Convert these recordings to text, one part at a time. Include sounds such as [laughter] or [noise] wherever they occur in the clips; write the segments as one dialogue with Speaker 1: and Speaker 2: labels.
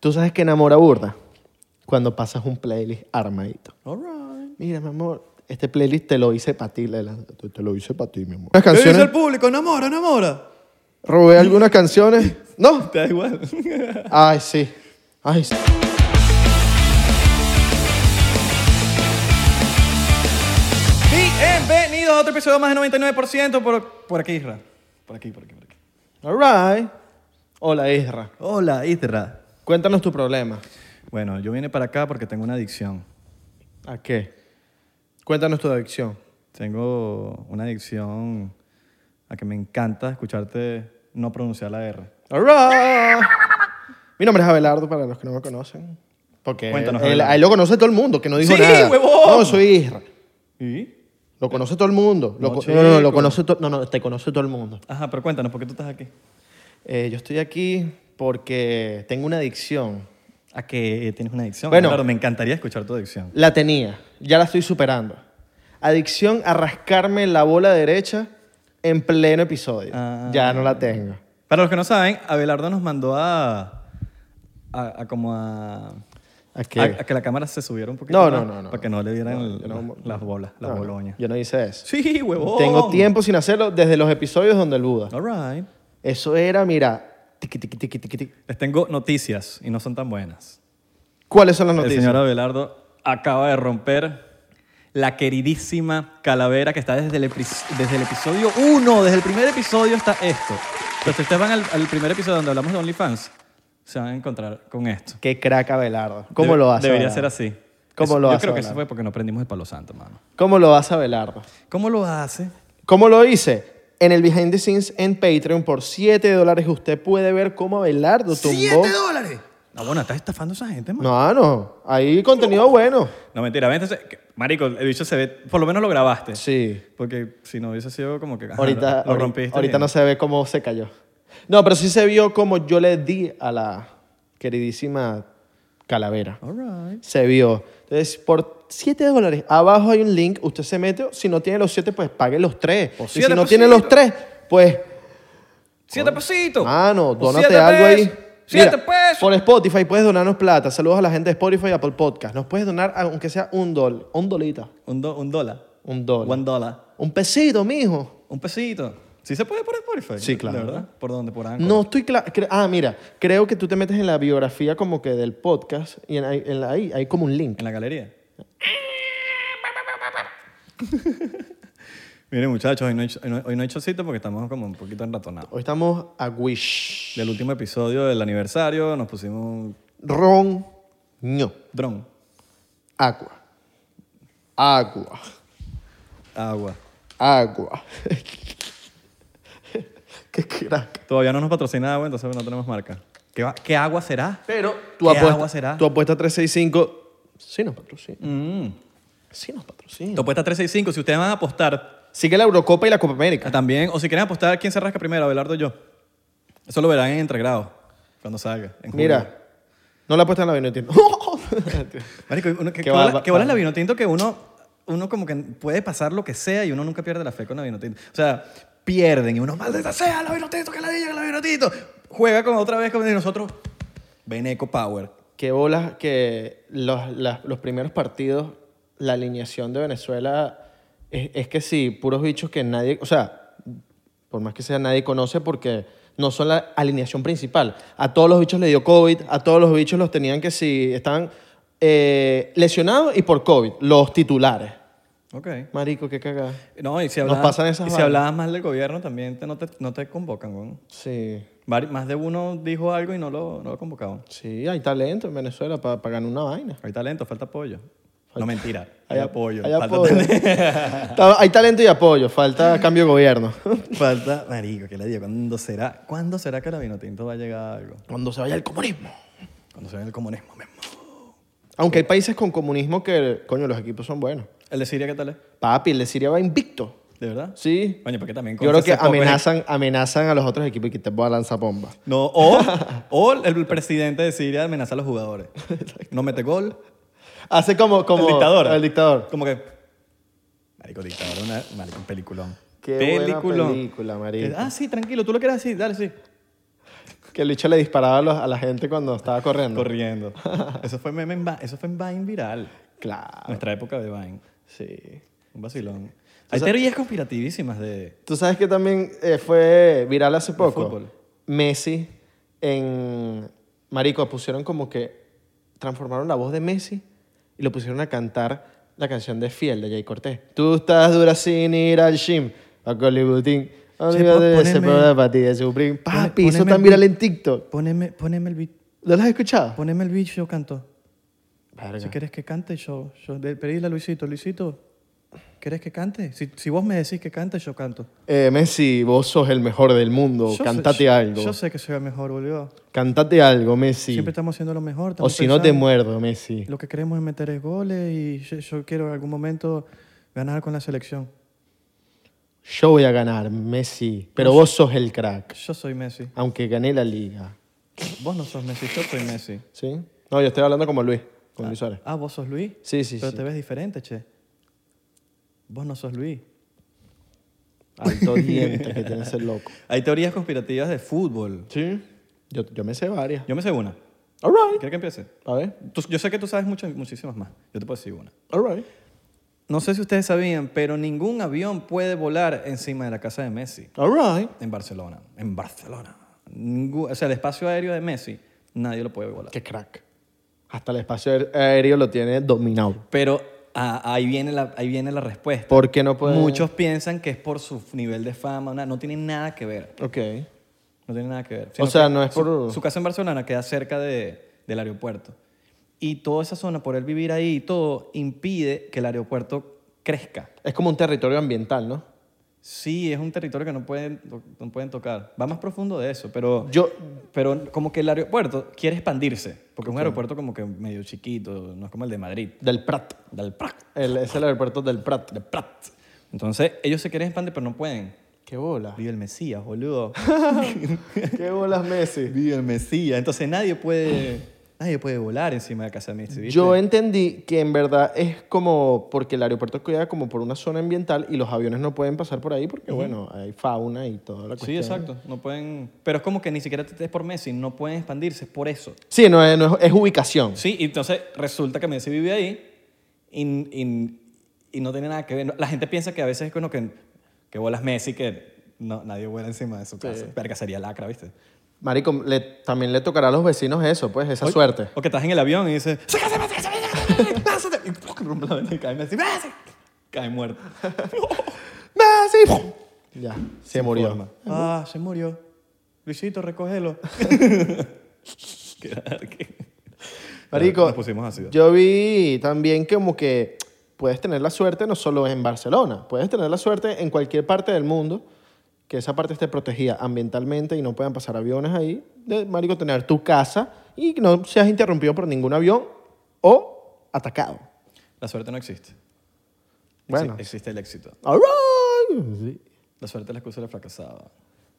Speaker 1: Tú sabes que enamora burda cuando pasas un playlist armadito.
Speaker 2: All right.
Speaker 1: Mira, mi amor, este playlist te lo hice para ti, Lela. Te, te lo hice para ti, mi amor.
Speaker 2: ¿Qué dice el público? Enamora, enamora.
Speaker 1: Robé algunas canciones. No.
Speaker 2: Te da igual. [laughs]
Speaker 1: Ay, sí. Ay, sí.
Speaker 2: Bienvenidos a otro episodio más de 99% por, por aquí, Isra. Por aquí, por aquí, por aquí.
Speaker 1: All right. Hola, Isra.
Speaker 2: Hola, Isra.
Speaker 1: Cuéntanos tu problema.
Speaker 2: Bueno, yo vine para acá porque tengo una adicción.
Speaker 1: ¿A qué? Cuéntanos tu adicción.
Speaker 2: Tengo una adicción a que me encanta escucharte no pronunciar la R.
Speaker 1: All right. Mi nombre es Abelardo, para los que no me conocen. Porque
Speaker 2: Cuéntanos,
Speaker 1: él,
Speaker 2: Abelardo.
Speaker 1: a él lo conoce todo el mundo, que no dijo
Speaker 2: Sí,
Speaker 1: nada.
Speaker 2: huevón.
Speaker 1: No, soy Isra.
Speaker 2: ¿Y?
Speaker 1: Lo conoce todo el mundo. Lo
Speaker 2: No,
Speaker 1: co- no, no, no, lo
Speaker 2: chico.
Speaker 1: conoce to- no, no, te conoce todo el mundo.
Speaker 2: Ajá, pero cuéntanos, ¿por qué tú estás aquí?
Speaker 1: Eh, yo estoy aquí porque tengo una adicción.
Speaker 2: A que eh, tienes una adicción.
Speaker 1: Bueno.
Speaker 2: claro, me encantaría escuchar tu adicción.
Speaker 1: La tenía, ya la estoy superando. Adicción a rascarme la bola derecha en pleno episodio.
Speaker 2: Ah.
Speaker 1: Ya no la tengo.
Speaker 2: Para los que no saben, Abelardo nos mandó a. a, a como a.
Speaker 1: ¿A qué?
Speaker 2: a- a que la cámara se subiera un poquito.
Speaker 1: No,
Speaker 2: más
Speaker 1: no, no, no.
Speaker 2: Para que no le dieran
Speaker 1: No,
Speaker 2: el-
Speaker 1: yo no-
Speaker 2: las bolas, las
Speaker 1: No, no,
Speaker 2: boloñas.
Speaker 1: Yo no hice eso.
Speaker 2: Sí, huevón.
Speaker 1: Tengo tiempo sin hacerlo desde los episodios donde el Buda.
Speaker 2: All right.
Speaker 1: Eso era, mira, tiqui, tiqui, tiqui, tiqui, tiqui.
Speaker 2: Les tengo noticias y no son tan buenas.
Speaker 1: ¿cuáles son las
Speaker 2: El
Speaker 1: noticias?
Speaker 2: señor Abelardo acaba de romper la queridísima calavera que está desde el, epis- desde el episodio 1, desde el primer episodio está esto. Pero si ustedes van al, al primer episodio donde hablamos de OnlyFans, se van a encontrar con esto.
Speaker 1: Qué crack Abelardo. ¿Cómo
Speaker 2: Debe-
Speaker 1: lo hace?
Speaker 2: Debería
Speaker 1: Abelardo?
Speaker 2: ser así.
Speaker 1: ¿Cómo
Speaker 2: Eso-
Speaker 1: lo
Speaker 2: Yo
Speaker 1: hace
Speaker 2: creo que eso
Speaker 1: Abelardo?
Speaker 2: fue porque no aprendimos el palo santo, mano.
Speaker 1: ¿Cómo lo hace Abelardo?
Speaker 2: ¿Cómo lo hace?
Speaker 1: ¿Cómo lo hice? En el behind the scenes en Patreon por 7 dólares usted puede ver cómo Abelardo tumbó.
Speaker 2: dólares! No, bueno, estás estafando a esa gente, mano.
Speaker 1: No, no. Hay contenido bueno.
Speaker 2: No, mentira. ven, Entonces, que- marico, el bicho se ve... Por lo menos lo grabaste.
Speaker 1: Sí.
Speaker 2: Porque si no hubiese sido como que... ajá,
Speaker 1: ahorita
Speaker 2: lo, lo
Speaker 1: ahori-
Speaker 2: rompiste.
Speaker 1: ahorita
Speaker 2: y-
Speaker 1: no se ve cómo se cayó. No, pero sí se vio cómo yo le di a la queridísima calavera.
Speaker 2: All right.
Speaker 1: Se vio. Entonces, por 7 dólares. Abajo hay un link. Usted se mete. Si no tiene los 7, pues pague los 3.
Speaker 2: Por
Speaker 1: Y si
Speaker 2: siete
Speaker 1: no tiene los 3, pues
Speaker 2: ¡Siete pesitos!
Speaker 1: Mano,
Speaker 2: O
Speaker 1: dónate
Speaker 2: siete
Speaker 1: algo ahí.
Speaker 2: pesos. ¡Siete
Speaker 1: Mira,
Speaker 2: pesos!
Speaker 1: Por Spotify puedes donarnos plata. Saludos a la gente de Spotify y Apple Podcast. Nos puedes donar, aunque sea un dólar. Un dolita.
Speaker 2: Un, do- un dólar.
Speaker 1: Un dólar.
Speaker 2: One dollar.
Speaker 1: Un pesito, mijo.
Speaker 2: Un pesito. ¿Sí se puede por Spotify?
Speaker 1: Sí, claro.
Speaker 2: ¿De verdad? ¿Por dónde? ¿Por Anchor?
Speaker 1: No estoy claro. Ah, mira. Creo que tú te metes en la biografía como que del podcast y en, ahí- en la- ahí hay como un link.
Speaker 2: ¿En la galería? [laughs] Miren, muchachos, hoy no, he hecho, hoy, no, hoy no he hecho cita porque estamos como un poquito enratonados.
Speaker 1: Hoy estamos a Wish.
Speaker 2: Del último episodio del aniversario nos pusimos un
Speaker 1: Ron. ño.
Speaker 2: dron,
Speaker 1: Agua. Agua.
Speaker 2: agua.
Speaker 1: Agua. [laughs] Qué crack.
Speaker 2: Todavía no nos patrocina agua, entonces no tenemos marca. ¿Qué, va- qué agua será?
Speaker 1: Pero tu
Speaker 2: ¿Qué
Speaker 1: apuesta,
Speaker 2: agua será?
Speaker 1: Tu apuesta 365 sí nos patrocina.
Speaker 2: Mm.
Speaker 1: Sí nos patrocina.
Speaker 2: Topuesta 365, si ustedes van a apostar
Speaker 1: Sigue la Eurocopa y la Copa América.
Speaker 2: también, o si quieren apostar, ¿quién se rasca primero, Abelardo o yo? Eso lo verán en entregrados, cuando salga. en julio.
Speaker 1: Mira, no la apuesta en la Vinotinto.
Speaker 2: Marico, uno, que,
Speaker 1: Que
Speaker 2: que,
Speaker 1: va-
Speaker 2: bola-
Speaker 1: va-
Speaker 2: que bola
Speaker 1: va.
Speaker 2: la vinotinto que uno, uno como que puede pasar lo que sea y uno nunca pierde la fe con la vinotinto. O sea, pierden y uno, maldita sea, la vinotinto, que la diga, la vinotinto. Juega como otra vez como de nosotros, Beneco Power.
Speaker 1: [laughs] Qué bolas que los, las- los primeros partidos, la alineación de Venezuela es, es que sí, puros bichos que nadie, o sea, por más que sea, nadie conoce porque no son la alineación principal. A todos los bichos le dio COVID, a todos los bichos los tenían que si estaban eh, lesionados y por COVID, los titulares.
Speaker 2: Ok.
Speaker 1: Marico, qué cagada.
Speaker 2: No, y si
Speaker 1: Nos
Speaker 2: hablabas,
Speaker 1: pasan esas
Speaker 2: y si
Speaker 1: vainas.
Speaker 2: hablabas más del gobierno también te- no, te, no te convocan, weón.
Speaker 1: Sí.
Speaker 2: Vari- Más de uno dijo algo y no lo, no lo convocaban.
Speaker 1: Sí, hay talento en Venezuela para pagar una vaina.
Speaker 2: Hay talento, falta apoyo. No,
Speaker 1: [laughs]
Speaker 2: mentira. Hay,
Speaker 1: Hay ap-
Speaker 2: apoyo.
Speaker 1: hay
Speaker 2: falta
Speaker 1: apoyo. [laughs]
Speaker 2: tener- [laughs]
Speaker 1: Ta- hay talento y apoyo, falta cambio de gobierno. [laughs]
Speaker 2: falta, marico, que le digo, ¿cuándo será, ¿cuándo será que la vinotinto va a llegar a algo?
Speaker 1: Cuando se vaya el comunismo.
Speaker 2: Cuando se ve el comunismo mismo.
Speaker 1: Aunque hay países con comunismo que, coño, los equipos son buenos.
Speaker 2: ¿El de Siria qué tal es?
Speaker 1: Papi, el de Siria va invicto.
Speaker 2: ¿De verdad?
Speaker 1: Sí.
Speaker 2: Coño, porque también
Speaker 1: Yo creo que
Speaker 2: hace poco es-
Speaker 1: amenazan, amenazan a los otros equipos y que te voy a lanzar bomba.
Speaker 2: No,
Speaker 1: [laughs]
Speaker 2: o, o el presidente de Siria amenaza a los jugadores. No mete gol.
Speaker 1: Hace como, como
Speaker 2: el dictador.
Speaker 1: El dictador.
Speaker 2: Como que. Marico, dictador, una, marico, un peliculón. Eh,
Speaker 1: Qué buena película, marico.
Speaker 2: Ah, sí, tranquilo, tú lo quieres así, dale, sí.
Speaker 1: Que el bicho le disparaba a, los- a la gente cuando estaba corriendo. [laughs]
Speaker 2: corriendo. Eso fue, meme en Va- eso fue en Vine viral.
Speaker 1: Claro,
Speaker 2: Nuestra época de Vine.
Speaker 1: Ah. sí.
Speaker 2: Un vacilón. Hay teorías conspirativísimas de...
Speaker 1: Tú sabes que también eh, fue viral hace poco.
Speaker 2: fútbol.
Speaker 1: Messi en Marico pusieron como que transformaron la voz de Messi y lo pusieron a cantar la canción de Fiel de Jay Cortés. Tú estás dura sin ir al gym, a Colibutín. Amigo
Speaker 2: pon-
Speaker 1: de ese
Speaker 2: poneme-
Speaker 1: programa para ti, de Supreme. Papi,
Speaker 2: poneme
Speaker 1: eso tan
Speaker 2: el
Speaker 1: viral
Speaker 2: beat.
Speaker 1: en TikTok.
Speaker 2: Poneme, poneme el beat.
Speaker 1: ¿No lo has escuchado?
Speaker 2: Poneme el beat, yo canto.
Speaker 1: Verga.
Speaker 2: Si quieres que cante, yo... yo de- pedíle a Luisito. Luisito, ¿quieres que cante? Si, si vos me decís que cante, yo canto.
Speaker 1: Eh, Messi, vos sos el mejor del mundo.
Speaker 2: Yo sé-
Speaker 1: Cantate
Speaker 2: yo-
Speaker 1: algo.
Speaker 2: Yo sé que soy el mejor, boludo.
Speaker 1: Cantate algo, Messi.
Speaker 2: Siempre estamos haciendo lo mejor.
Speaker 1: O
Speaker 2: estamos
Speaker 1: si no te
Speaker 2: pensando.
Speaker 1: muerdo, Messi.
Speaker 2: Lo que queremos es meter es goles y yo, yo quiero en algún momento ganar con la selección.
Speaker 1: Yo voy a ganar, Messi. Pero vos sos el crack.
Speaker 2: Yo soy Messi.
Speaker 1: Aunque gané la liga.
Speaker 2: Vos no sos Messi, yo soy Messi.
Speaker 1: ¿Sí? No, yo estoy hablando como Luis. Con Luis Suárez.
Speaker 2: Ah, vos sos Luis.
Speaker 1: Sí, sí,
Speaker 2: Pero
Speaker 1: sí.
Speaker 2: te ves diferente, che. Vos no sos Luis. [laughs]
Speaker 1: Alto diente que tiene ese loco.
Speaker 2: Hay teorías conspirativas de fútbol.
Speaker 1: ¿Sí? Yo, yo me sé varias.
Speaker 2: Yo me sé una.
Speaker 1: All right.
Speaker 2: ¿Quieres que empiece?
Speaker 1: A ver.
Speaker 2: Tú- yo sé que tú sabes muchas, muchísimas más. Yo te puedo decir una.
Speaker 1: All right.
Speaker 2: No sé si ustedes sabían, pero ningún avión puede volar encima de la casa de Messi.
Speaker 1: All right.
Speaker 2: En Barcelona. En Barcelona. Ningú- o sea, el espacio aéreo de Messi, nadie lo puede volar.
Speaker 1: Qué crack. Hasta el espacio aer- aéreo lo tiene dominado.
Speaker 2: Pero ah, ahí, viene la, ahí viene la respuesta.
Speaker 1: ¿Por qué no puede...?
Speaker 2: Muchos piensan que es por su nivel de fama. na- no tiene nada que ver.
Speaker 1: Ok.
Speaker 2: No tiene nada que ver.
Speaker 1: O
Speaker 2: Sino
Speaker 1: sea,
Speaker 2: que
Speaker 1: no es por...
Speaker 2: su, su casa en Barcelona queda cerca de- del aeropuerto. Y toda esa zona, por él vivir ahí y todo, impide que el aeropuerto crezca.
Speaker 1: Es como un territorio ambiental, ¿no?
Speaker 2: Sí, es un territorio que no pueden, no pueden tocar. Va más profundo de eso, pero...
Speaker 1: Yo...
Speaker 2: Pero como que el aeropuerto quiere expandirse, porque es un aeropuerto como que medio chiquito, no es como el de Madrid,
Speaker 1: Del Prat.
Speaker 2: del Prat,
Speaker 1: El- es el aeropuerto del Prat.
Speaker 2: del Prat. Entonces, ellos se quieren expandir, pero no pueden.
Speaker 1: Qué
Speaker 2: [laughs]
Speaker 1: bola.
Speaker 2: Vive el Mesías,
Speaker 1: [laughs]
Speaker 2: boludo.
Speaker 1: Qué bolas Messi.
Speaker 2: Vive el Mesías. Entonces, nadie puede, nadie puede volar encima de la casa de Messi. ¿viste?
Speaker 1: Yo entendí que en verdad es como porque el aeropuerto queda como por una zona ambiental y los aviones no pueden pasar por ahí porque, bueno, hay fauna y toda la
Speaker 2: Sí,
Speaker 1: cuestión.
Speaker 2: exacto. No pueden... Pero es como que ni siquiera te- es por Messi, no pueden expandirse, es por eso.
Speaker 1: Sí, no es, no es, es ubicación.
Speaker 2: Sí, y entonces resulta que Messi vive ahí y, y- y no tiene nada que ver. La gente piensa que a veces es como que, que vuelas Messi, que no, nadie vuela encima de su casa. Verga, sería lacra, ¿viste?
Speaker 1: Marico, le- también le tocará a los vecinos eso, pues, esa suerte.
Speaker 2: O que estás en el avión y dices, ¡Sácate, Messi, sácate, sácate, lánzate! Y rompe la ventana y cae Messi, ¡Messi! Cae muerto. ¡Ah,
Speaker 1: ¡Messi! Ya, se murió.
Speaker 2: Forma. Ah, se murió. Luisito, recógelo. Qué arque.
Speaker 1: Marico,
Speaker 2: Nos pusimos así.
Speaker 1: Yo vi también como que puedes tener la suerte no solo en Barcelona, puedes tener la suerte en cualquier parte del mundo que esa parte esté protegida ambientalmente y no puedan pasar aviones ahí. De, marico, tener tu casa y que no seas interrumpido por ningún avión o atacado.
Speaker 2: La suerte no existe.
Speaker 1: Bueno.
Speaker 2: Sí, existe el éxito.
Speaker 1: All right. Sí.
Speaker 2: La suerte es la excusa del fracasado.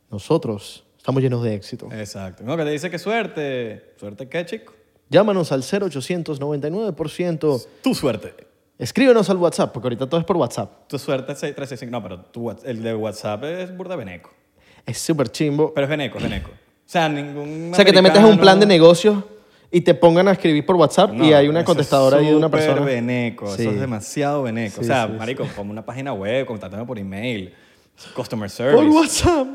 Speaker 1: Nosotros estamos llenos de éxito.
Speaker 2: Exacto. No, que te dice que suerte. ¿Suerte qué, chico?
Speaker 1: Llámanos al 0899%.
Speaker 2: Tu suerte.
Speaker 1: Escríbenos al WhatsApp, porque ahorita todo es por WhatsApp.
Speaker 2: Tu suerte es 365. No, pero tu whats- el de WhatsApp es burda veneco.
Speaker 1: Es súper chimbo.
Speaker 2: Pero es veneco, es veneco. O sea, ningún.
Speaker 1: O sea, que te metes en un plan de
Speaker 2: americano-
Speaker 1: negocios y te pongan a escribir por WhatsApp y
Speaker 2: No,
Speaker 1: hay una
Speaker 2: eso
Speaker 1: contestadora
Speaker 2: es
Speaker 1: ahí de una
Speaker 2: súper
Speaker 1: persona.
Speaker 2: veneco,
Speaker 1: Sí.
Speaker 2: eso es demasiado veneco. o
Speaker 1: Sí,
Speaker 2: sea,
Speaker 1: sí,
Speaker 2: marico, como una página web, contáctame por email, customer service.
Speaker 1: Por WhatsApp.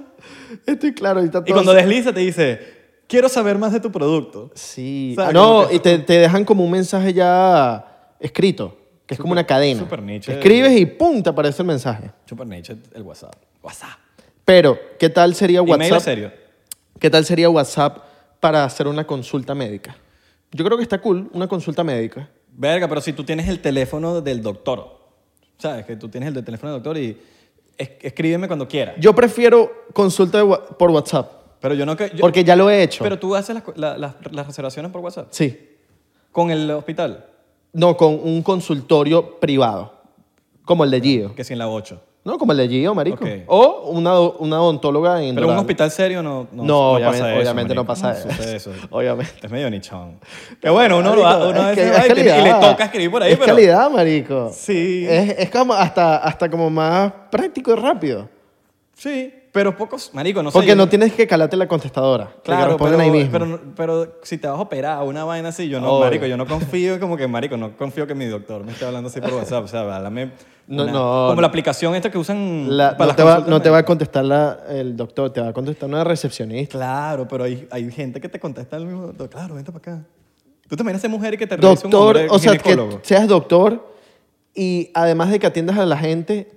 Speaker 1: Estoy claro, ahorita
Speaker 2: Y
Speaker 1: todo-
Speaker 2: cuando desliza te dice, quiero saber más de tu producto.
Speaker 1: Sí.
Speaker 2: O sea,
Speaker 1: Ah,
Speaker 2: como
Speaker 1: no,
Speaker 2: que-
Speaker 1: y te, te dejan como un mensaje ya escrito, que es como una cadena.
Speaker 2: súper niche.
Speaker 1: Escribes y ¡pum! te aparece el mensaje.
Speaker 2: Super Nature, el WhatsApp. WhatsApp.
Speaker 1: Pero, ¿qué tal sería
Speaker 2: Email es
Speaker 1: WhatsApp?
Speaker 2: serio.
Speaker 1: ¿Qué tal sería WhatsApp para hacer una consulta médica? Yo creo que está cool una consulta médica.
Speaker 2: Verga, pero si tú tienes el teléfono del doctor, ¿sabes? Que tú tienes el de- teléfono del doctor y es- escríbeme cuando quieras.
Speaker 1: Yo prefiero consulta de wa- por WhatsApp,
Speaker 2: Pero yo no que... yo-
Speaker 1: porque ya lo he hecho.
Speaker 2: pero tú haces las, co- la- las- las reservaciones por WhatsApp.
Speaker 1: Sí.
Speaker 2: Con el hospital,
Speaker 1: No, con un consultorio privado. Como el de Gio.
Speaker 2: que si en la 8.
Speaker 1: No, como el de Gio, marico.
Speaker 2: Ah, Ok.
Speaker 1: O una, do- una odontóloga en
Speaker 2: Pero un
Speaker 1: Doral.
Speaker 2: hospital serio no, no,
Speaker 1: No,
Speaker 2: no
Speaker 1: obviamente,
Speaker 2: pasa eso,
Speaker 1: obviamente no
Speaker 2: marico.
Speaker 1: pasa eso.
Speaker 2: sucede eso.
Speaker 1: [laughs] Obviamente.
Speaker 2: Es medio [laughs] nichón. Que bueno, uno, lo ha- uno a
Speaker 1: Es que es
Speaker 2: veces va y, ah, te- y le
Speaker 1: calidad.
Speaker 2: toca escribir por ahí,
Speaker 1: Es
Speaker 2: pero...
Speaker 1: calidad, marico.
Speaker 2: Sí.
Speaker 1: Es, es como hasta, hasta como más práctico y rápido.
Speaker 2: Sí, Pero pocos, marico, no sé.
Speaker 1: Porque
Speaker 2: yo-
Speaker 1: no tienes que calarte la contestadora. que
Speaker 2: Claro,
Speaker 1: responden
Speaker 2: pero,
Speaker 1: ahí mismo.
Speaker 2: pero, pero si te vas a operar a una vaina así, yo no,
Speaker 1: Obvio.
Speaker 2: marico, yo no confío, como que, marico, no confío que mi doctor me esté
Speaker 1: [laughs]
Speaker 2: hablando así por WhatsApp, o sea, háblame
Speaker 1: No,
Speaker 2: una-
Speaker 1: no,
Speaker 2: como
Speaker 1: no.
Speaker 2: la aplicación esta que usan
Speaker 1: La-
Speaker 2: para
Speaker 1: no,
Speaker 2: las
Speaker 1: te va,
Speaker 2: consultas
Speaker 1: no te va a
Speaker 2: médicas.
Speaker 1: contestar la- el doctor, te va a contestar una recepcionista.
Speaker 2: Claro, pero hay, hay gente que te contesta al mismo doctor, claro, vente para acá. ¿Tú también haces mujer y que te revisa un
Speaker 1: Doctor,
Speaker 2: hombre
Speaker 1: o sea, que
Speaker 2: ginecólogo?
Speaker 1: seas doctor y además de que atiendas a la gente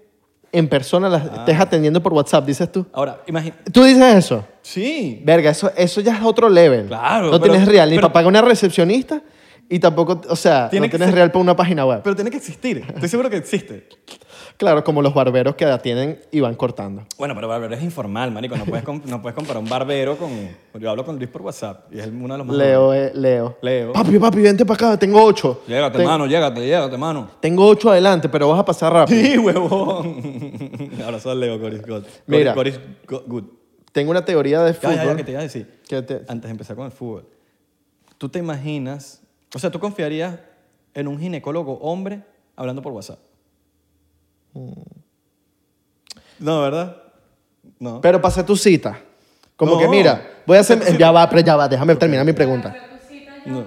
Speaker 1: en persona,
Speaker 2: Ah.
Speaker 1: las estés atendiendo por WhatsApp, dices tú.
Speaker 2: Ahora, imagina,
Speaker 1: Tú dices eso.
Speaker 2: sí,
Speaker 1: Verga, eso, eso ya es otro level.
Speaker 2: Claro,
Speaker 1: No
Speaker 2: pero-
Speaker 1: tienes real ni
Speaker 2: pero-
Speaker 1: para pagar una recepcionista y tampoco, o sea,
Speaker 2: Tiene
Speaker 1: no
Speaker 2: que
Speaker 1: tienes
Speaker 2: ser-
Speaker 1: real para una página web.
Speaker 2: pero tiene que existir, estoy seguro que existe.
Speaker 1: Claro, como los barberos que atienden y van cortando.
Speaker 2: Bueno, pero barbero es informal, marico, no puedes, com- no puedes comparar un barbero con... Yo hablo con Luis por WhatsApp y es uno de los más...
Speaker 1: Leo, eh, Leo.
Speaker 2: Leo.
Speaker 1: Papi, papi, vente para acá, tengo ocho.
Speaker 2: Llégate,
Speaker 1: Ten-
Speaker 2: mano, llégate, llégate, mano.
Speaker 1: Tengo ocho adelante, pero vas a pasar rápido.
Speaker 2: [laughs] Sí, huevón. Ahora soy Leo Coris God.
Speaker 1: Mira.
Speaker 2: Coris Go- Good.
Speaker 1: Tengo una teoría de
Speaker 2: Ya,
Speaker 1: fútbol.
Speaker 2: ya, ya, que te iba a decir.
Speaker 1: que te-
Speaker 2: Antes de empezar con el fútbol. ¿Tú te imaginas, o sea, tú confiarías en un ginecólogo hombre hablando por WhatsApp?
Speaker 1: Mm.
Speaker 2: No, ¿verdad? No.
Speaker 1: Pero pasé tu cita. Como
Speaker 2: No.
Speaker 1: que mira, voy a
Speaker 2: Pasé tu
Speaker 1: hacer...
Speaker 2: cita.
Speaker 1: Ya va, pero ya va, déjame terminar mi pregunta.
Speaker 2: No.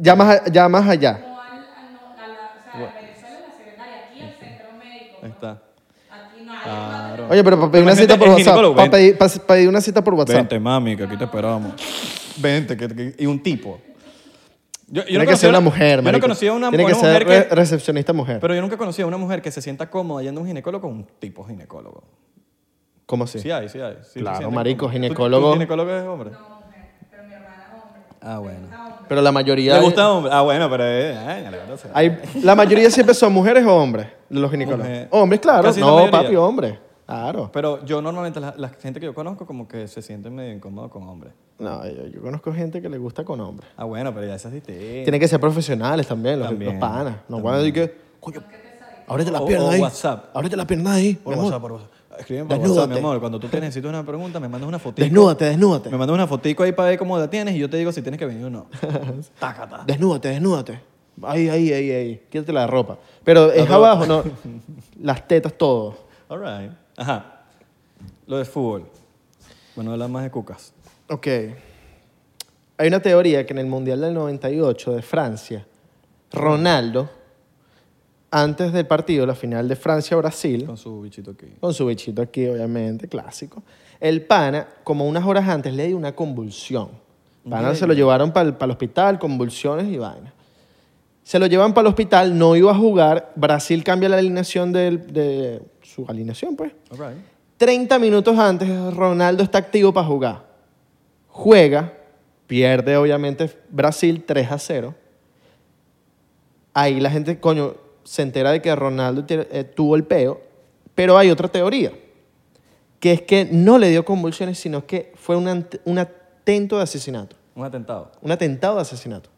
Speaker 1: Llamas, a- llamas allá.
Speaker 2: Ahí está. Claro.
Speaker 1: Oye, pero para pedir una
Speaker 2: Imagínate,
Speaker 1: cita por
Speaker 2: el
Speaker 1: WhatsApp.
Speaker 2: ginecólogo,
Speaker 1: Para
Speaker 2: ven.
Speaker 1: pedir, pa- pa pedir una cita por WhatsApp.
Speaker 2: Vente, mami, que aquí te esperamos. Vente, que, que- y un tipo. Yo, yo
Speaker 1: Tiene
Speaker 2: no
Speaker 1: que ser
Speaker 2: conocía-
Speaker 1: una mujer,
Speaker 2: Yo no
Speaker 1: marico.
Speaker 2: conocía una,
Speaker 1: Tiene que
Speaker 2: una
Speaker 1: ser eh,
Speaker 2: mujer
Speaker 1: re-
Speaker 2: que...
Speaker 1: recepcionista mujer.
Speaker 2: Pero yo nunca conocí a una mujer que se sienta cómoda yendo a un ginecólogo con un tipo ginecólogo.
Speaker 1: ¿Cómo así?
Speaker 2: Sí, hay, sí hay. Sí, se
Speaker 1: Claro,
Speaker 2: sienten
Speaker 1: marico,
Speaker 2: cómodos. ¿Tú-
Speaker 1: ginecólogo-
Speaker 2: ¿Tu, ginecólogo es hombre? No, mujer, pero mi hermana es hombre. Ah, bueno.
Speaker 1: Pero la mayoría...
Speaker 2: ¿Le gusta hombre? Ah, bueno, pero... Eh, ay, ya le gusta ser.
Speaker 1: Hay, la mayoría siempre son mujeres o hombres, de los ginecólogos.
Speaker 2: Mujer.
Speaker 1: Hombres, claro.
Speaker 2: Casi la
Speaker 1: no,
Speaker 2: mayoría.
Speaker 1: papi, hombres. Claro.
Speaker 2: Pero yo normalmente, la, la gente que yo conozco como que se siente medio incómodo con hombres.
Speaker 1: No, yo, yo conozco gente que le gusta con hombres.
Speaker 2: Ah, bueno, pero ya esas es distinto.
Speaker 1: Tienen que ser profesionales también, los,
Speaker 2: También,
Speaker 1: los panas. No van a decir que, coño, ábrete la
Speaker 2: O-
Speaker 1: pierna
Speaker 2: o
Speaker 1: ahí.
Speaker 2: WhatsApp.
Speaker 1: Ábrete la pierna ahí.
Speaker 2: Por
Speaker 1: mi amor.
Speaker 2: WhatsApp, por WhatsApp. Escríbeme por WhatsApp,
Speaker 1: Desnúdate.
Speaker 2: mi amor. Cuando tú te necesitas una pregunta, me mandas una fotito.
Speaker 1: Desnúdate, desnúdate.
Speaker 2: Me mandas una fotico ahí para ver cómo la tienes y yo te digo si tienes que
Speaker 1: [laughs]
Speaker 2: venir o no. Tácata.
Speaker 1: Desnúdate, desnúdate. Ahí, ahí, ahí, ahí. Quítate la ropa. Pero es
Speaker 2: ropa.
Speaker 1: abajo, no. Las tetas, todo.
Speaker 2: All right. Ajá. Lo de fútbol. Bueno, hablar más de cucas.
Speaker 1: Ok. Hay una teoría que en el Mundial del 98 de Francia, Ronaldo, antes del partido, la final de Francia-Brasil,
Speaker 2: Con su bichito aquí.
Speaker 1: con su bichito aquí, obviamente, clásico. El pana, como unas horas antes, le dio una convulsión. El pana se lo llevaron para el, hospital, convulsiones y vaina. Se lo llevan para el hospital, no iba a jugar. Brasil cambia la alineación del- de su alineación, pues.
Speaker 2: All right.
Speaker 1: 30 minutos antes, Ronaldo está activo para jugar. Juega, pierde obviamente Brasil 3 a 0. Ahí la gente, coño, se entera de que Ronaldo te- eh, tuvo el peo, pero hay otra teoría, que es que no le dio convulsiones, sino que fue un, ant- un atento de asesinato,
Speaker 2: Un atentado.
Speaker 1: un atentado de asesinato.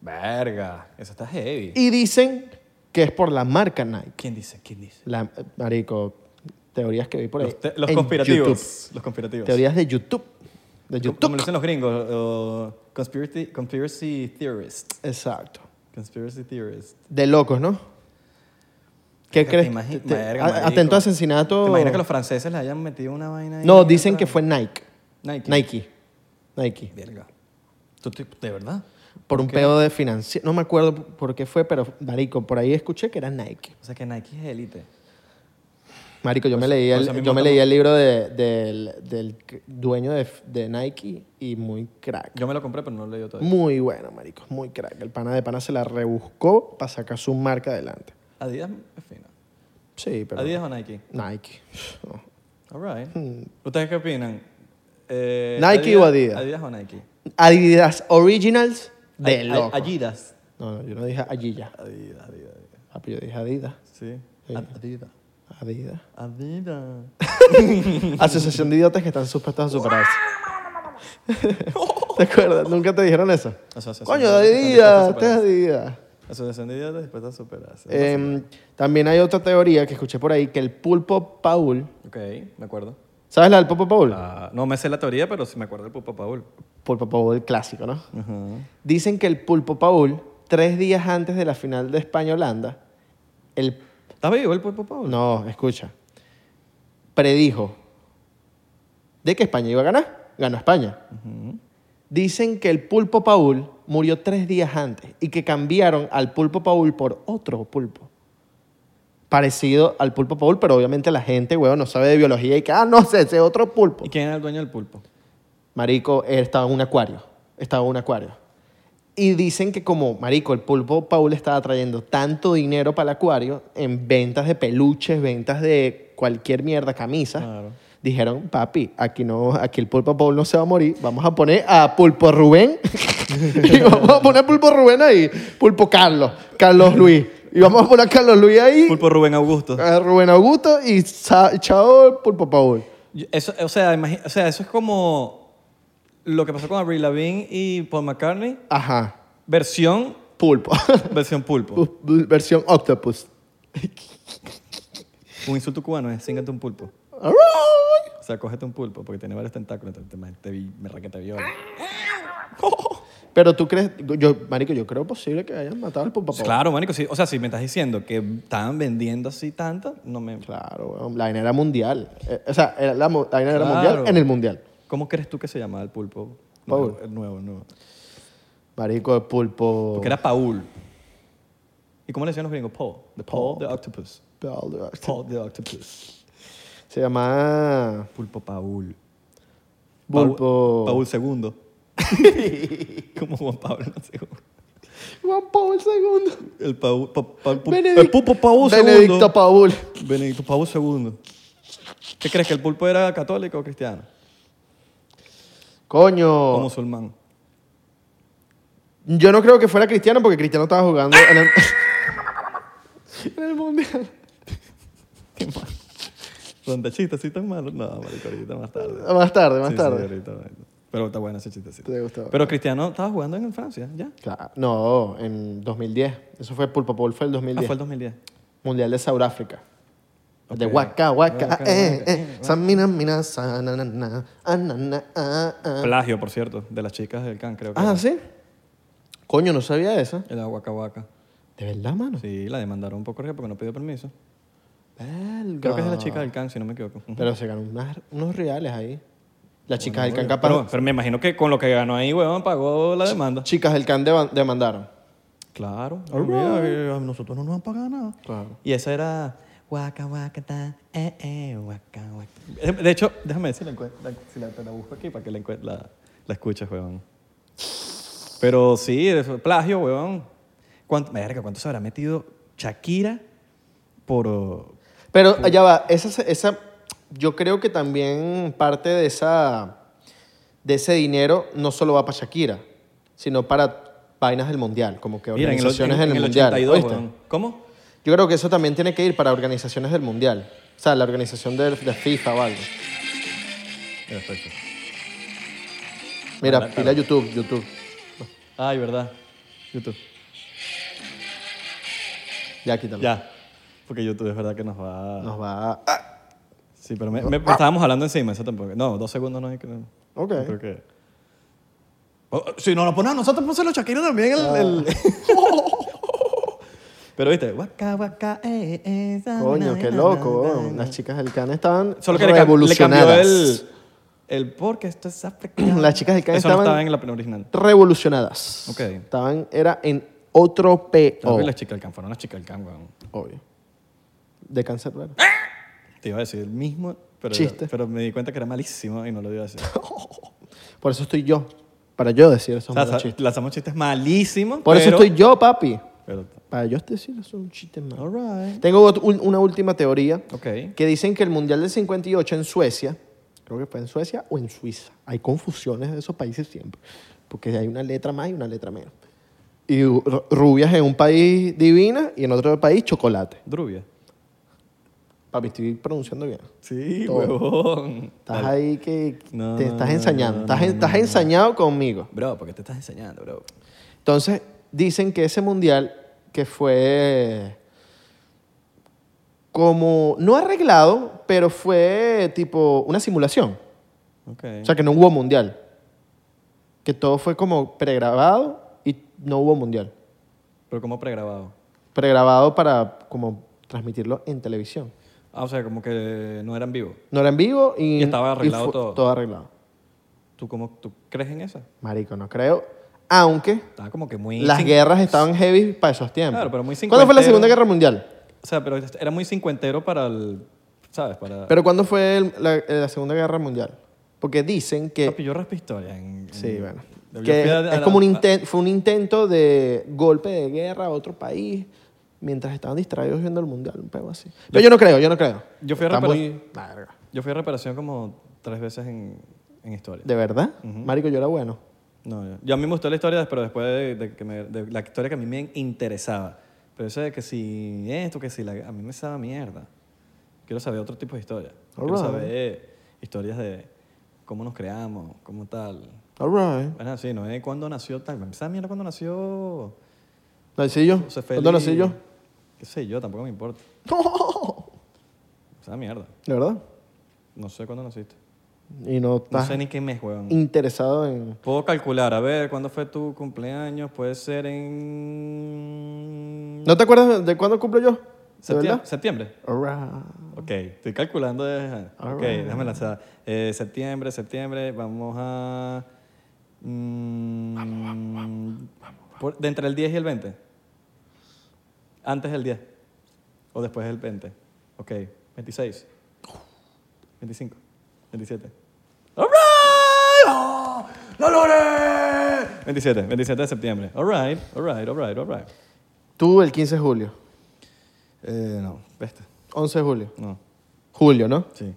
Speaker 2: Verga. Eso está heavy.
Speaker 1: Y dicen que es por la marca Nike.
Speaker 2: ¿Quién dice? ¿Quién dice?
Speaker 1: La, marico, teorías que vi por ahí.
Speaker 2: Los, te- los
Speaker 1: en
Speaker 2: conspirativos.
Speaker 1: YouTube.
Speaker 2: Los conspirativos.
Speaker 1: Teorías de YouTube. De
Speaker 2: Como-
Speaker 1: YouTube.
Speaker 2: Como lo dicen los gringos. o- conspiracy, conspiracy theorists.
Speaker 1: Exacto.
Speaker 2: Conspiracy theorists.
Speaker 1: De locos, ¿no? ¿Qué
Speaker 2: Te
Speaker 1: crees?
Speaker 2: imagi-
Speaker 1: Te-
Speaker 2: verga,
Speaker 1: a-
Speaker 2: marico.
Speaker 1: atento a asesinato.
Speaker 2: ¿Te imaginas que los franceses le hayan metido una vaina ahí
Speaker 1: No, dicen que
Speaker 2: atrás?
Speaker 1: fue Nike.
Speaker 2: Nike.
Speaker 1: Nike. Nike.
Speaker 2: Verga. ¿Tú te- ¿De verdad?
Speaker 1: Por un pedo de financiero. No me acuerdo por qué fue, pero Marico, por ahí escuché que era Nike.
Speaker 2: O sea que Nike es élite.
Speaker 1: Marico, yo me leí
Speaker 2: Pues, por
Speaker 1: el,
Speaker 2: eso mismo
Speaker 1: yo me
Speaker 2: estamos-
Speaker 1: leí el libro de- del, del dueño de, de Nike y muy crack.
Speaker 2: Yo me lo compré, pero no lo he leído todavía.
Speaker 1: Muy bueno, Marico. Muy crack. El pana de pana se la rebuscó para sacar su marca adelante.
Speaker 2: Adidas es fina.
Speaker 1: Sí, pero.
Speaker 2: Adidas o Nike.
Speaker 1: Nike. No.
Speaker 2: All right. ¿Ustedes qué opinan? Eh,
Speaker 1: Hmm. ¿Nike o Adidas?
Speaker 2: Adidas o Nike.
Speaker 1: Adidas Originals
Speaker 2: Ay-
Speaker 1: de
Speaker 2: ay-
Speaker 1: loco.
Speaker 2: Adidas.
Speaker 1: No, no, yo no dije Allilla.
Speaker 2: Adidas, Adidas. Adidas.
Speaker 1: Papi, yo dije Adidas.
Speaker 2: Sí.
Speaker 1: Sí.
Speaker 2: Ad- Adidas.
Speaker 1: Adidas.
Speaker 2: Adidas.
Speaker 1: Asociación de idiotas que están supuestos a superarse. ¿Te acuerdas? ¿Nunca te dijeron eso?
Speaker 2: Asociación
Speaker 1: Coño,
Speaker 2: de idiotas
Speaker 1: Adidas,
Speaker 2: dispuestas a
Speaker 1: ustedes Adidas.
Speaker 2: Asociación de idiotas después de superarse.
Speaker 1: Em, también hay otra teoría que escuché por ahí, que el pulpo Paul...
Speaker 2: ok, me acuerdo.
Speaker 1: ¿Sabes la del pulpo Paul?
Speaker 2: Ah, no me sé la teoría, pero sí me acuerdo del Pupa Paul.
Speaker 1: Pulpo Paul clásico, ¿no?
Speaker 2: Ajá.
Speaker 1: Dicen que el pulpo Paul, tres días antes de la final de España-Holanda, el
Speaker 2: ¿Está vivo el Pupa Paul?
Speaker 1: No, escucha. predijo de que España iba a ganar. Ganó España. Dicen que el pulpo Paul murió tres días antes y que cambiaron al pulpo Paul por otro pulpo. Parecido al pulpo Paul, pero obviamente la gente, weón, no sabe de biología y que, ah, no sé, ese es otro pulpo.
Speaker 2: ¿Y quién era el dueño del pulpo?
Speaker 1: Marico, él estaba en un acuario. Estaba en un acuario. Y dicen que como, marico, el pulpo Paul estaba trayendo tanto dinero para el acuario en ventas de peluches, ventas de cualquier mierda, camisas.
Speaker 2: Claro.
Speaker 1: Dijeron, papi, aquí, no, aquí el pulpo Paul no se va a morir. Vamos a poner a Pulpo Rubén. [laughs] y vamos a poner Pulpo Rubén ahí. Pulpo Carlos. Carlos Luis. Y vamos a poner a Carlos Luis ahí.
Speaker 2: Pulpo Rubén Augusto.
Speaker 1: A Rubén Augusto y sa- chao el pulpo Paul.
Speaker 2: Yo- Eso, o, sea, imagi- o sea, eso es como lo que pasó con Avril Lavigne y Paul McCartney.
Speaker 1: Ajá.
Speaker 2: Versión,
Speaker 1: Pulpo. [laughs]
Speaker 2: versión pulpo.
Speaker 1: Versión octopus.
Speaker 2: Un insulto cubano es síngate un pulpo. O sea, cógete un pulpo porque tiene varios tentáculos. Entonces, te, te, vi- me raquete viola.
Speaker 1: Pero tú crees, yo, marico, yo creo posible que hayan matado al pulpo Paul.
Speaker 2: Claro, manico. sí. O sea, si me estás diciendo que estaban vendiendo así tantas, no me...
Speaker 1: Claro, weón, la vaina era mundial. Eh, o sea, era la, mu- la vaina era
Speaker 2: Claro.
Speaker 1: mundial en el mundial.
Speaker 2: ¿Cómo crees tú que se llamaba el pulpo?
Speaker 1: Paul.
Speaker 2: Nuevo, nuevo, nuevo.
Speaker 1: Marico, el pulpo.
Speaker 2: Porque era Paul. ¿Y cómo le decían los gringos? Paul. The Paul,
Speaker 1: Paul.
Speaker 2: the octopus. Paul, the octopus.
Speaker 1: Se llamaba
Speaker 2: Pulpo Paul.
Speaker 1: pulpo.
Speaker 2: Paul II. Como Juan Pablo II.
Speaker 1: Juan Paul II.
Speaker 2: El, Paul, Pa- Pa- Pul-
Speaker 1: Benedict-
Speaker 2: el pulpo Paul II.
Speaker 1: Benedicto Paul.
Speaker 2: Benedicto Paul II. ¿Qué crees? ¿Que el pulpo era católico o cristiano? ¿O
Speaker 1: Coño.
Speaker 2: musulmán? [laughs]
Speaker 1: Yo no creo que fuera cristiano porque cristiano estaba jugando en el, [laughs] en el mundial.
Speaker 2: Qué mal. Son chistes así tan malos. No, marico, ahorita más tarde.
Speaker 1: Ah, Más tarde, más
Speaker 2: Sí, sí,
Speaker 1: tarde.
Speaker 2: ahorita, ahorita. Pero está bueno ese chistecito.
Speaker 1: Te gustó.
Speaker 2: Pero Cristiano estaba jugando en Francia, ¿ya?
Speaker 1: Claro, No, en 2010. Eso fue Pulpo Paul, fue el
Speaker 2: Ah,
Speaker 1: 2010.
Speaker 2: fue el 2010.
Speaker 1: Mundial de Sudáfrica.
Speaker 2: Ok.
Speaker 1: De Waka Waka,
Speaker 2: Waka,
Speaker 1: eh,
Speaker 2: Waka,
Speaker 1: eh, san mina mina sa, na, na, na, ah, na, na, ah, ah.
Speaker 2: Plagio, por cierto, de las chicas del can, creo que.
Speaker 1: Ah,
Speaker 2: era.
Speaker 1: ¿sí? Coño, no sabía eso.
Speaker 2: El Waka Waka.
Speaker 1: ¿De verdad, mano?
Speaker 2: Sí, la demandaron un poco arriba porque no pidió permiso.
Speaker 1: Verga.
Speaker 2: Creo que es de la chica del can, si no me equivoco. Ujú.
Speaker 1: Pero se ganó unas- unos reales ahí. Las chicas del can capaz...
Speaker 2: Pero, pero me imagino que con lo que ganó ahí, weón, pagó la demanda.
Speaker 1: Chicas del can deban- demandaron.
Speaker 2: Claro. Mira, que a nosotros no nos han pagado nada.
Speaker 1: Claro.
Speaker 2: Y esa era. Waka waka ta, eh, eh, waka waka. De hecho, déjame ver si la, encue- la- si la, te la busco aquí para que la, encue- la, la escuches, weón. Pero sí, es plagio, weón. ¿Cuánto, verga, ¿cuánto se habrá metido Shakira por. oh,
Speaker 1: Pero allá va, esa, esa, yo creo que también parte de, esa, de ese dinero no solo va para Shakira, sino para vainas del mundial, como que
Speaker 2: mira, en el,
Speaker 1: organizaciones
Speaker 2: en-
Speaker 1: en,
Speaker 2: en el
Speaker 1: el mundial.
Speaker 2: 82,
Speaker 1: ¿oíste?
Speaker 2: weón. ¿Cómo?
Speaker 1: Yo creo que eso también tiene que ir para organizaciones del mundial, o sea, la organización de, de FIFA o algo.
Speaker 2: Perfecto.
Speaker 1: Mira,
Speaker 2: Ah, claro.
Speaker 1: pila YouTube, YouTube.
Speaker 2: Ay, verdad. YouTube.
Speaker 1: Ya quítalo.
Speaker 2: Ya. Porque YouTube es verdad que nos va.
Speaker 1: Nos va. a- Ah,
Speaker 2: Sí, pero me, me- estábamos hablando encima, eso tampoco. No, dos segundos no hay que.
Speaker 1: Ok.
Speaker 2: no creo que. Oh, si no lo ponen a nosotros, pónselo a Shakira también. El, el-
Speaker 1: Ah.
Speaker 2: pero viste, guaca, guaca, eh, eh, sa,
Speaker 1: coño,
Speaker 2: na,
Speaker 1: qué
Speaker 2: na,
Speaker 1: loco.
Speaker 2: na,
Speaker 1: weón.
Speaker 2: na.
Speaker 1: Las chicas del Can estaban
Speaker 2: Solo que le, cam- le cambió
Speaker 1: revolucionadas.
Speaker 2: el. El porque esto es africano.
Speaker 1: Las chicas del Can
Speaker 2: Eso
Speaker 1: estaban-
Speaker 2: no estaba en la pena original.
Speaker 1: Revolucionadas.
Speaker 2: Ok.
Speaker 1: Estaban, era en otro
Speaker 2: Claro
Speaker 1: PO.
Speaker 2: que las chicas del can fueron las chicas del can, weón.
Speaker 1: Obvio. De cáncer raro.
Speaker 2: Te iba a decir el mismo, pero,
Speaker 1: Chiste.
Speaker 2: pero me di cuenta que era malísimo y no lo iba
Speaker 1: [laughs]
Speaker 2: a decir.
Speaker 1: Por eso estoy yo. Para yo decir esos
Speaker 2: O sea,
Speaker 1: malos
Speaker 2: sa-
Speaker 1: chistes.
Speaker 2: lanzamos chistes malísimos.
Speaker 1: Por eso
Speaker 2: pero-
Speaker 1: estoy yo, papi.
Speaker 2: Pero,
Speaker 1: Para yo decir eso un chiste malo.
Speaker 2: all right.
Speaker 1: Tengo ot- un- una última teoría.
Speaker 2: Ok.
Speaker 1: Que dicen que el Mundial del 58 en Suecia, creo que fue en Suecia o en Suiza. Hay confusiones de esos países siempre. Porque hay una letra más y una letra menos. Y ru- rubias en un país divina y en otro país chocolate.
Speaker 2: Drubia.
Speaker 1: Papi, estoy pronunciando bien.
Speaker 2: Sí,
Speaker 1: Todo.
Speaker 2: huevón.
Speaker 1: Estás ahí que
Speaker 2: No,
Speaker 1: te
Speaker 2: no,
Speaker 1: estás
Speaker 2: no,
Speaker 1: ensañando.
Speaker 2: no,
Speaker 1: estás
Speaker 2: no,
Speaker 1: en-
Speaker 2: no,
Speaker 1: estás
Speaker 2: no.
Speaker 1: ensañado conmigo.
Speaker 2: Bro, porque te estás enseñando, bro.
Speaker 1: Entonces, dicen que ese mundial que fue como, no arreglado, pero fue tipo una simulación.
Speaker 2: Ok.
Speaker 1: O sea, que no hubo mundial. Que todo fue como pregrabado y no hubo mundial.
Speaker 2: Pero como pregrabado.
Speaker 1: Pregrabado para como transmitirlo en televisión.
Speaker 2: Ah, o sea, como que no eran vivos.
Speaker 1: No era en vivo y...
Speaker 2: Y estaba arreglado
Speaker 1: fu-
Speaker 2: todo.
Speaker 1: Todo arreglado.
Speaker 2: ¿Tú, cómo, ¿Tú crees en eso?
Speaker 1: Marico, no creo. Aunque
Speaker 2: Estaba como que muy...
Speaker 1: las
Speaker 2: cin-
Speaker 1: guerras estaban heavy para esos tiempos.
Speaker 2: Claro, pero muy
Speaker 1: ¿Cuándo fue la
Speaker 2: cincuentero.
Speaker 1: Segunda Guerra Mundial?
Speaker 2: O sea, pero era muy cincuentero para el... ¿Sabes? Para...
Speaker 1: ¿Pero cuándo fue el- la, la Segunda Guerra Mundial? Porque dicen que...
Speaker 2: Papi, yo raspo historia en-
Speaker 1: Sí,
Speaker 2: en-
Speaker 1: bueno.
Speaker 2: Yo
Speaker 1: Que
Speaker 2: fui a-
Speaker 1: es
Speaker 2: a-
Speaker 1: como un
Speaker 2: a-
Speaker 1: intento, fue un intento de golpe de guerra a otro país mientras estaban distraídos viendo el mundial, un pedo así. Pero yo no creo, yo no creo.
Speaker 2: Yo fui a
Speaker 1: Está
Speaker 2: repara-
Speaker 1: muy- Verga.
Speaker 2: Yo fui a reparación como tres veces en, en historia.
Speaker 1: ¿De verdad? Marico, yo era bueno.
Speaker 2: No, yo, yo a mí me gustó la historia, pero después de, de que me- de la historia que a mí me interesaba. Pero eso de que si esto, que si la, a mí me sabe a mierda. Quiero saber otro tipo de historia. Quiero
Speaker 1: Alright.
Speaker 2: saber historias de cómo nos creamos, cómo tal.
Speaker 1: All right.
Speaker 2: Bueno, sí, no es cuándo nació tal. Me sabe a mierda cuándo nació
Speaker 1: ¿Nací yo?
Speaker 2: José Félix.
Speaker 1: ¿Dónde nací yo? [laughs]
Speaker 2: Qué sé yo, tampoco me importa. Me sabe a mierda.
Speaker 1: ¿De verdad?
Speaker 2: No sé cuándo naciste.
Speaker 1: Y no
Speaker 2: No
Speaker 1: estás
Speaker 2: sé ni qué mes, weón.
Speaker 1: interesado en...
Speaker 2: Puedo calcular, a ver, ¿cuándo fue tu cumpleaños? Puede ser en...
Speaker 1: ¿No te acuerdas de cuándo cumplo yo? ¿De
Speaker 2: Septiembre.
Speaker 1: verdad?
Speaker 2: ¿Septiembre?
Speaker 1: All right.
Speaker 2: Ok, estoy calculando. eh,
Speaker 1: All
Speaker 2: Ok,
Speaker 1: right.
Speaker 2: déjame lanzar. Eh, septiembre, septiembre, vamos a... mm, por- de entre el 10 y el 20. Antes del 10. O después del 20. Ok, 26. 25. 27. All right. ¡Oh! ¡Lo logré! 27, 27 de septiembre. All right, all right, all right, all right.
Speaker 1: Tú el 15 de julio.
Speaker 2: Eh, no, este.
Speaker 1: 11 de julio.
Speaker 2: No,
Speaker 1: Julio, ¿no?
Speaker 2: sí,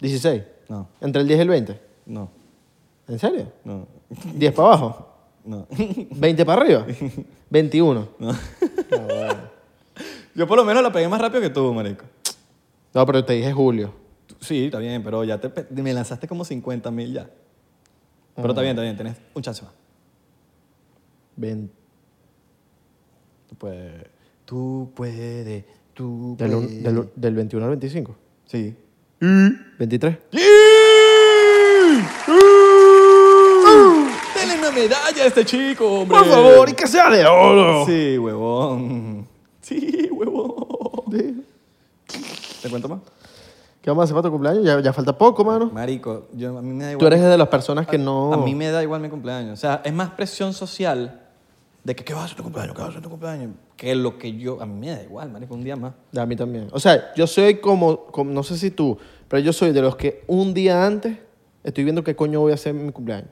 Speaker 1: 16.
Speaker 2: no,
Speaker 1: Entre el 10 y el 20.
Speaker 2: no,
Speaker 1: ¿En serio?
Speaker 2: no,
Speaker 1: 10 para abajo.
Speaker 2: no. [laughs]
Speaker 1: 20 para arriba. 21.
Speaker 2: No. Yo por lo menos la pegué más rápido que tú, marico.
Speaker 1: No, pero te dije julio.
Speaker 2: Tú- Sí, está bien, pero ya te, pe- me lanzaste como 50 mil ya. Pero está bien, está bien, tenés un chance más.
Speaker 1: Ven-
Speaker 2: Tú puedes, Pues, tú puedes, tú
Speaker 1: del,
Speaker 2: puedes.
Speaker 1: un- del, del 21 al 25.
Speaker 2: Sí.
Speaker 1: 23.
Speaker 2: ¡Dale una medalla a este chico, hombre!
Speaker 1: Por favor, y que sea de oro.
Speaker 2: Sí, huevón. Sí, huevón.
Speaker 1: Sí.
Speaker 2: ¿Te cuento más?
Speaker 1: ¿Qué vamos a hacer para tu cumpleaños? Ya, ya falta poco, mano.
Speaker 2: Marico, yo, a mí me da igual.
Speaker 1: Tú eres de las personas que no...
Speaker 2: A mí me da igual mi cumpleaños. O sea, es más presión social de que, ¿qué vas a hacer tu cumpleaños? ¿Qué vas a hacer tu cumpleaños? Que lo que yo. A mí me da igual, marico, un día más.
Speaker 1: A mí también. O sea, yo soy como, como- no sé si tú, pero yo soy de los que un día antes estoy viendo qué coño voy a hacer en mi cumpleaños.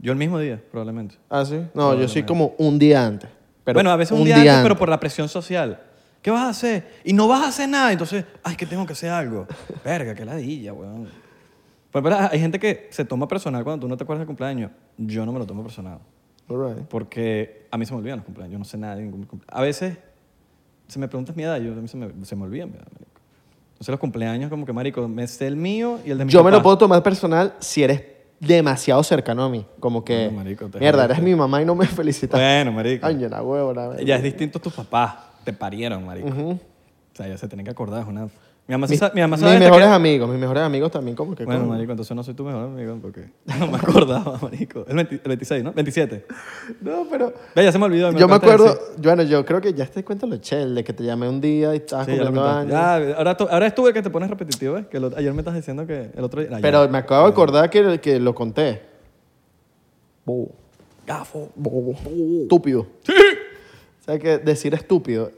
Speaker 2: Yo el mismo día, probablemente.
Speaker 1: ¿Ah, sí? No, yo soy como un día antes. Pero
Speaker 2: bueno, a veces un, día, antes, pero por la presión social. ¿Qué vas a hacer? Y no vas a hacer nada, entonces, ay, que tengo que hacer
Speaker 1: [laughs]
Speaker 2: algo. Verga, qué ladilla, weón. Pero, pero hay gente que se toma personal cuando tú no te acuerdas del cumpleaños. Yo no me lo tomo personal.
Speaker 1: All right.
Speaker 2: Porque a mí se me olvidan los cumpleaños. Yo no sé nada de ningún cumpleaños. A veces, si me preguntas mi edad, yo, a mí se me, se me olvida mi edad, marico. Entonces los cumpleaños como que, marico, me sé el mío y el de mi
Speaker 1: Yo me lo
Speaker 2: papá.
Speaker 1: puedo tomar personal si eres demasiado cercano a mí. Como que,
Speaker 2: Bueno, marico, te
Speaker 1: mierda,
Speaker 2: jodiste.
Speaker 1: eres mi mamá y no me [laughs] felicitas.
Speaker 2: Bueno, marico.
Speaker 1: Ay, yo la huevo, la verga.
Speaker 2: Ya es distinto tus papás. Te parieron, marico. O sea, ya se tienen que acordar. Es una... Mi mamá, se sa- mi mamá sabe
Speaker 1: Mis
Speaker 2: hasta
Speaker 1: mejores
Speaker 2: que-
Speaker 1: amigos, mis mejores amigos también como que...
Speaker 2: Bueno,
Speaker 1: coño.
Speaker 2: marico, entonces no soy tu mejor amigo porque [laughs] no me acordaba, marico. El, 20 el 26, ¿no? 27.
Speaker 1: No, pero...
Speaker 2: Ve, ya se me olvidó.
Speaker 1: Yo me
Speaker 2: lo contaste,
Speaker 1: acuerdo,
Speaker 2: sí.
Speaker 1: bueno, yo creo que ya te cuento lo chévere, de que te llamé un día y estabas
Speaker 2: Sí, ya lo
Speaker 1: cumpliendo
Speaker 2: contaste.
Speaker 1: años.
Speaker 2: Ya, ahora, tú- ahora es tú el que te pones repetitivo, ¿eh? Que lo- ayer me estás diciendo que el otro día... Ah, ayer.
Speaker 1: Pero me acabo de acordar que, que lo conté. Bobo.
Speaker 2: Gafo.
Speaker 1: Bobo. Estúpido.
Speaker 2: Sí.
Speaker 1: O sea, que decir estúpido,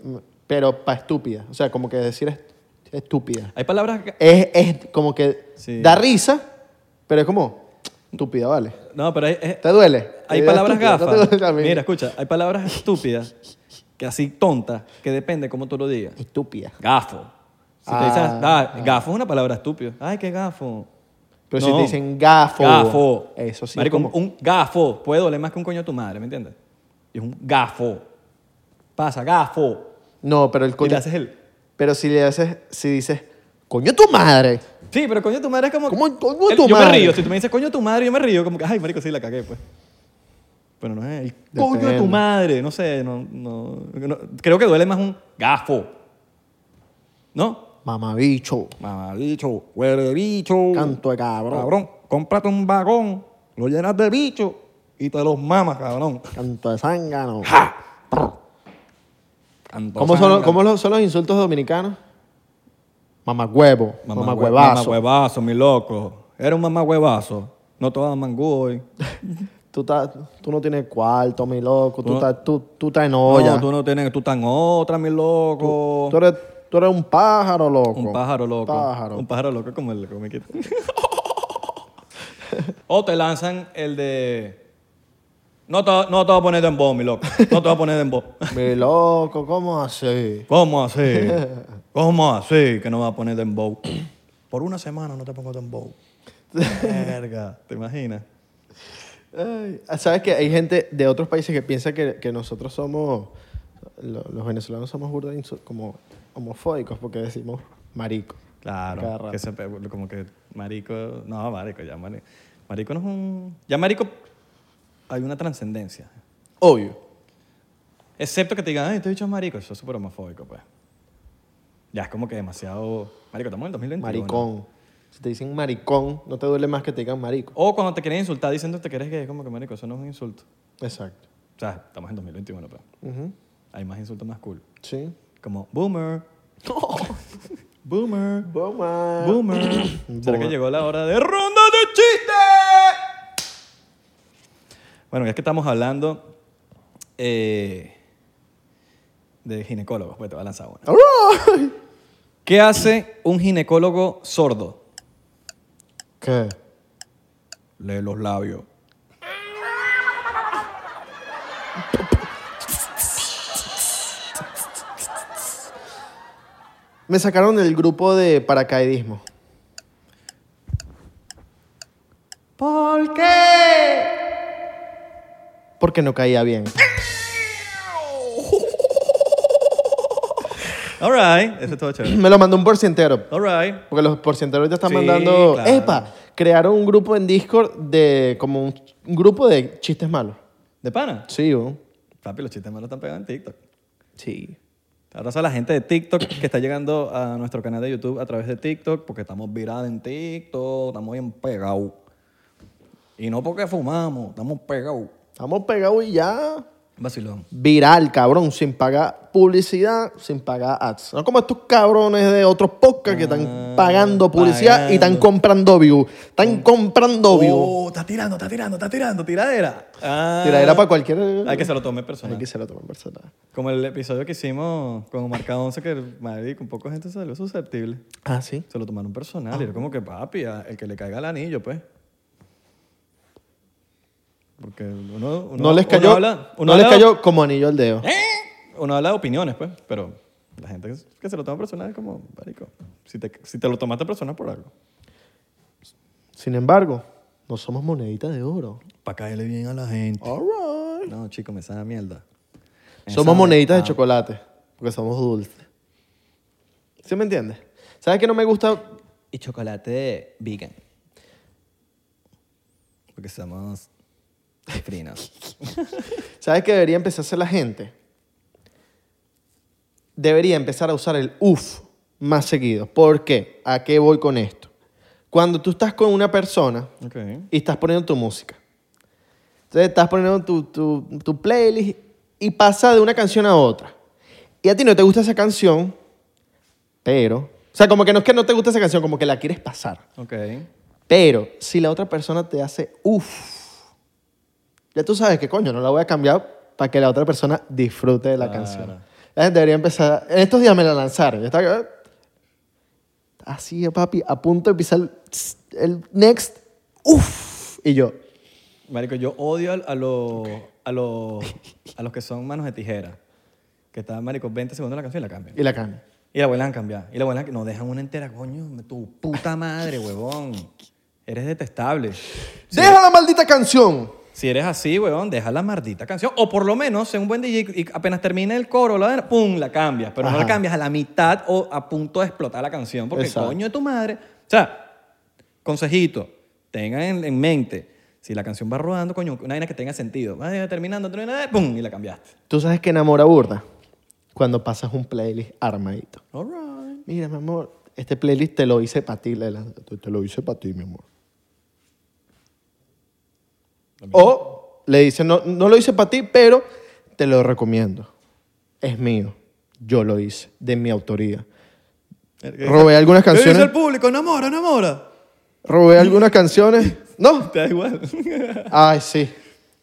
Speaker 1: pero pa' estúpida. O sea, como que decir est- estúpida.
Speaker 2: Hay palabras que...
Speaker 1: Es, es como que
Speaker 2: Sí.
Speaker 1: da risa, pero es como estúpida, ¿vale?
Speaker 2: No, pero hay, es-
Speaker 1: ¿Te duele?
Speaker 2: hay
Speaker 1: Te
Speaker 2: palabras
Speaker 1: estúpida, ¿no te
Speaker 2: gafas.
Speaker 1: duele a mí?
Speaker 2: Mira, escucha, hay palabras estúpidas que así tontas, que depende cómo tú lo digas.
Speaker 1: Estúpida.
Speaker 2: Gafo. Si te dices,
Speaker 1: Ah,
Speaker 2: ah, gafo es una palabra estúpida. Ay, qué gafo.
Speaker 1: Pero si
Speaker 2: No.
Speaker 1: te dicen gafo.
Speaker 2: Gafo.
Speaker 1: Eso sí. es
Speaker 2: Marico,
Speaker 1: como-
Speaker 2: un gafo puede doler más que un coño a tu madre, ¿me entiendes? Y es un gafo. Pasa, gafo.
Speaker 1: No, pero el
Speaker 2: Y le
Speaker 1: coño.
Speaker 2: haces el...
Speaker 1: Pero si le haces, si dices, coño tu madre.
Speaker 2: Sí, pero coño tu madre es como...
Speaker 1: ¿Cómo- cómo
Speaker 2: El-
Speaker 1: tu
Speaker 2: yo
Speaker 1: madre?
Speaker 2: me río. Si tú me dices coño tu madre, yo me río. Como que, ay, marico, sí, la cagué, pues. Pero no es el coño de tu
Speaker 1: Depende.
Speaker 2: madre. No sé, no, no, no- Creo que duele más un gafo. ¿No?
Speaker 1: Mamabicho.
Speaker 2: Mamabicho, huele bicho.
Speaker 1: Canto de cabrón.
Speaker 2: Uh. Cabrón, cómprate un vagón, lo llenas de bicho y te los mamas, cabrón.
Speaker 1: Canto de zángano.
Speaker 2: Canto
Speaker 1: ¿Cómo, son,
Speaker 2: sangre.
Speaker 1: los- cómo los- son los insultos dominicanos? Mamagüevo,
Speaker 2: Mamá
Speaker 1: mamagüevazo.
Speaker 2: Mamahuevazo, mi loco. Era un mamahuevazo. No te vas a mangú hoy.
Speaker 1: Tú, estás- tú no tienes cuarto, mi loco. Tú,
Speaker 2: Tú no-
Speaker 1: estás- tú, tú estás en olla.
Speaker 2: No, tú no tienes, tú tan otra, mi loco.
Speaker 1: Oh, Tú eres, tú eres un pájaro, loco.
Speaker 2: Un pájaro loco.
Speaker 1: Pájaro.
Speaker 2: Un pájaro loco como el comiquito. [laughs] o te lanzan el de... No te, no te voy a poner de mi loco. No te voy a poner de [laughs]
Speaker 1: Mi loco, ¿cómo así?
Speaker 2: ¿Cómo
Speaker 1: [laughs]
Speaker 2: así? ¿Cómo así que no vas a poner dembow? Por una semana no te pongo dembow. Verga, ¿te imaginas?
Speaker 1: Ay, Sabes que hay gente de otros países que piensa que, que nosotros somos, lo- los venezolanos somos burda de insu- como homofóbicos porque decimos marico. Cada
Speaker 2: Claro,
Speaker 1: rato.
Speaker 2: que se pe- como que marico, no, marico, ya marico, marico no es un, ya marico hay una trascendencia.
Speaker 1: Obvio.
Speaker 2: Excepto que te digan, ay, te he dicho marico, eso es súper homofóbico, pues. Ya es como que demasiado, marico, estamos en el 2021.
Speaker 1: Maricón. Si te dicen maricón, no te duele más que te digan marico.
Speaker 2: O cuando te quieren insultar diciéndote que eres gay, es como que marico, eso no es un insulto.
Speaker 1: Exacto.
Speaker 2: O sea, estamos en 2021, pues.
Speaker 1: Ujú.
Speaker 2: Hay más insultos más cool.
Speaker 1: Sí.
Speaker 2: Como boomer. boomer.
Speaker 1: Boomer.
Speaker 2: Boomer. ¿Será que
Speaker 1: Boomer.
Speaker 2: llegó la hora de ronda de chistes? Bueno, ya que estamos hablando eh, de ginecólogos, pues te voy a lanzar una.
Speaker 1: Alright.
Speaker 2: ¿Qué hace un ginecólogo sordo?
Speaker 1: ¿Qué?
Speaker 2: Lee los labios.
Speaker 1: Me sacaron del grupo de paracaidismo.
Speaker 2: ¿Por qué?
Speaker 1: Porque no caía bien. [clears throat]
Speaker 2: All right, eso es todo chévere.
Speaker 1: Me lo mandó un porcientero.
Speaker 2: All right.
Speaker 1: Porque los porcienteros ya están
Speaker 2: Sí,
Speaker 1: mandando.
Speaker 2: claro.
Speaker 1: ¡Epa! Crearon un grupo en Discord de. como un, un grupo de chistes malos.
Speaker 2: ¿De pana?
Speaker 1: Sí, ¿o?
Speaker 2: Papi, los chistes malos están pegados en TikTok.
Speaker 1: Sí.
Speaker 2: Abrazo a la gente de TikTok que está llegando a nuestro canal de YouTube a través de TikTok porque estamos virados en TikTok, estamos bien pegados. Y no porque fumamos, estamos pegados.
Speaker 1: Estamos pegados y ya.
Speaker 2: Vacilón.
Speaker 1: Viral, cabrón, sin pagar publicidad, sin pagar ads. No como estos cabrones de otros podcasts que están pagando publicidad y están
Speaker 2: Ah, pagando.
Speaker 1: comprando view. Están comprando view.
Speaker 2: Oh, está tirando, está tirando, está tirando, tiradera. Ah.
Speaker 1: Tiradera para cualquier.
Speaker 2: Hay que se lo tome personal.
Speaker 1: Hay que se lo tomen personal.
Speaker 2: Como el episodio que hicimos con Marca 11 que, madre, con poca gente salió susceptible.
Speaker 1: Ah, sí.
Speaker 2: Se lo tomaron personal y era como que, papi, a- el que le caiga el anillo, pues. Porque uno... uno-
Speaker 1: No les
Speaker 2: uno
Speaker 1: cayó,
Speaker 2: habla- uno
Speaker 1: no les
Speaker 2: habla- ¿Eh?
Speaker 1: cayó como anillo al dedo.
Speaker 2: Uno habla de opiniones, pues, pero la gente que- que se lo toma personal es como, marico, si te, si te lo tomaste personal por algo,
Speaker 1: Sin embargo, no somos moneditas de oro.
Speaker 2: para caerle bien a la gente.
Speaker 1: Alright.
Speaker 2: No, chico, me sabe a mierda. Me
Speaker 1: Somos
Speaker 2: sabe
Speaker 1: moneditas
Speaker 2: a-
Speaker 1: de chocolate, porque somos dulces. ¿Sí me entiendes? ¿Sabes qué no me gusta?
Speaker 2: Y chocolate vegan. Porque somos
Speaker 1: [laughs]
Speaker 2: frinos.
Speaker 1: ¿Sabes qué debería empezar a hacer la gente? Debería empezar a usar el uf más seguido. ¿Por qué? ¿A qué voy con esto? Cuando tú estás con una persona
Speaker 2: ok.
Speaker 1: y estás poniendo tu música, entonces estás poniendo tu, tu- tu playlist y pasa de una canción a otra. Y a ti no te gusta esa canción, pero... O sea, como que no es que no te gusta esa canción, como que la quieres pasar.
Speaker 2: Ok.
Speaker 1: Pero si la otra persona te hace uff, ya tú sabes que coño, no la voy a cambiar para que la otra persona disfrute de la
Speaker 2: Claro.
Speaker 1: canción. La gente debería empezar. En estos días me la lanzaron. Yo estaba eh, así, eh, papi, a punto de pisar el, el next, uff. Y yo,
Speaker 2: Marico, yo odio al- a, los, a, los, a los que son manos de tijera. Que están, marico, 20 segundos de la canción y
Speaker 1: [laughs]
Speaker 2: la cambian.
Speaker 1: y la cambio.
Speaker 2: Y la vuelan a cambiar. Y la vuelan a... No, dejan una entera, coño. Tu puta madre, huevón. Eres detestable.
Speaker 1: ¡Deja la maldita canción!
Speaker 2: Si eres así, huevón, deja la maldita canción. O por lo menos, sé un buen DJ y apenas termine el coro, la, vaina, pum, la cambias. Pero no la
Speaker 1: Ajá.
Speaker 2: cambias a la mitad o a punto de explotar la canción. Porque
Speaker 1: Exacto.
Speaker 2: coño de tu madre. O sea, consejito, tengan en, en mente. Si la canción va rodando, coño, una vaina que tenga sentido. Vaya terminando, terminando, eh, pum, y la cambiaste.
Speaker 1: Tú sabes que enamora burda cuando pasas un playlist armadito.
Speaker 2: All right.
Speaker 1: Mira, mi amor, este playlist te lo hice para ti, Lela. Te, te lo hice para ti, mi amor. O le dice, no, no lo hice para ti, pero te lo recomiendo. Es mío. Yo lo hice, de mi autoría. Robé algunas
Speaker 2: Eh, ¿Qué dice
Speaker 1: canciones.
Speaker 2: el público? Enamora, enamora.
Speaker 1: Robé algunas canciones. No.
Speaker 2: Te da igual. [laughs]
Speaker 1: Ay, sí.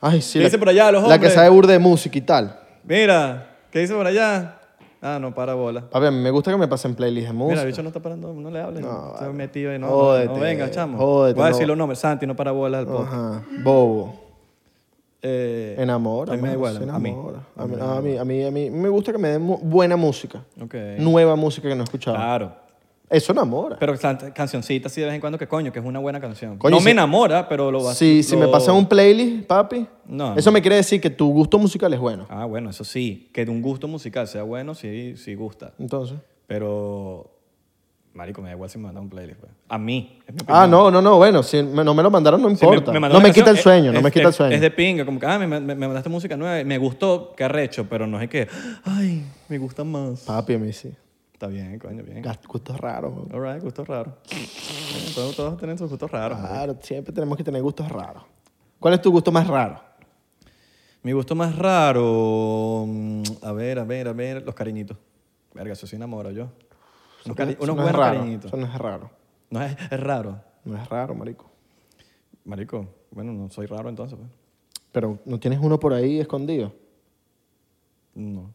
Speaker 1: Ay, sí.
Speaker 2: ¿Qué
Speaker 1: la-
Speaker 2: dice por allá los
Speaker 1: La que
Speaker 2: hombres?
Speaker 1: sabe burde de música y tal.
Speaker 2: Mira, ¿qué dice por allá? Ah, no, para bola.
Speaker 1: Papi, a mí me gusta que me pasen playlists de
Speaker 2: Mira, el
Speaker 1: música.
Speaker 2: bicho no está parando, no le hables.
Speaker 1: No,
Speaker 2: No, está
Speaker 1: vale.
Speaker 2: metido ahí. No,
Speaker 1: Jódete,
Speaker 2: no, venga, chamo.
Speaker 1: jódete,
Speaker 2: Voy a
Speaker 1: no.
Speaker 2: decir los nombres. Santi, no para bolas al podcast.
Speaker 1: Ajá. Bobo.
Speaker 2: Eh,
Speaker 1: Enamora.
Speaker 2: A mí me da
Speaker 1: mano, sí,
Speaker 2: igual, a mí.
Speaker 1: enamora. A mí, a mí, a mí, a mí me gusta que me den mu- buena música.
Speaker 2: Ok.
Speaker 1: Nueva música que no he escuchado.
Speaker 2: Claro.
Speaker 1: Eso enamora.
Speaker 2: Pero san- cancioncita así de vez en cuando que coño, que es una buena canción.
Speaker 1: Coño,
Speaker 2: no
Speaker 1: si-
Speaker 2: me enamora, pero lo vas
Speaker 1: si, si me
Speaker 2: lo-
Speaker 1: pasan un playlist, papi,
Speaker 2: No.
Speaker 1: eso me quiere decir que tu gusto musical es bueno.
Speaker 2: Ah, bueno, eso sí. Que de un gusto musical sea bueno, sí, sí gusta.
Speaker 1: Entonces.
Speaker 2: Pero, marico, me da igual si me mandan un playlist. pues. A mí. es mi
Speaker 1: Ah,
Speaker 2: opinión.
Speaker 1: no, no, no, bueno, si me- no me lo mandaron no
Speaker 2: Si me-
Speaker 1: importa.
Speaker 2: me mandan
Speaker 1: no
Speaker 2: una
Speaker 1: me quita el
Speaker 2: canción,
Speaker 1: sueño,
Speaker 2: es-
Speaker 1: no me
Speaker 2: es-
Speaker 1: quita el
Speaker 2: es-
Speaker 1: sueño.
Speaker 2: Es de pinga, como que, ah, me, me- me mandaste música nueva, y me gustó, qué arrecho, pero no es que, ay, me gusta más.
Speaker 1: Papi, a mí sí.
Speaker 2: Está bien, coño, bien.
Speaker 1: Gast- Gustos raros. man.
Speaker 2: All right, gustos raros.
Speaker 1: [laughs]
Speaker 2: Bueno, todos, todos tienen sus gustos raros. marico.
Speaker 1: Claro, siempre tenemos que tener gustos raros. ¿Cuál es tu gusto más raro?
Speaker 2: Mi gusto más raro. mm, A ver, a ver, a ver. Los cariñitos. Verga, eso sí enamoro yo. Unos, cari-
Speaker 1: Eso
Speaker 2: unos
Speaker 1: no es
Speaker 2: buenos
Speaker 1: raro,
Speaker 2: cariñitos.
Speaker 1: Eso no es raro.
Speaker 2: No es, es raro.
Speaker 1: No es raro, marico.
Speaker 2: Marico, bueno, no soy raro entonces. pues.
Speaker 1: Pero no tienes uno por ahí escondido.
Speaker 2: No.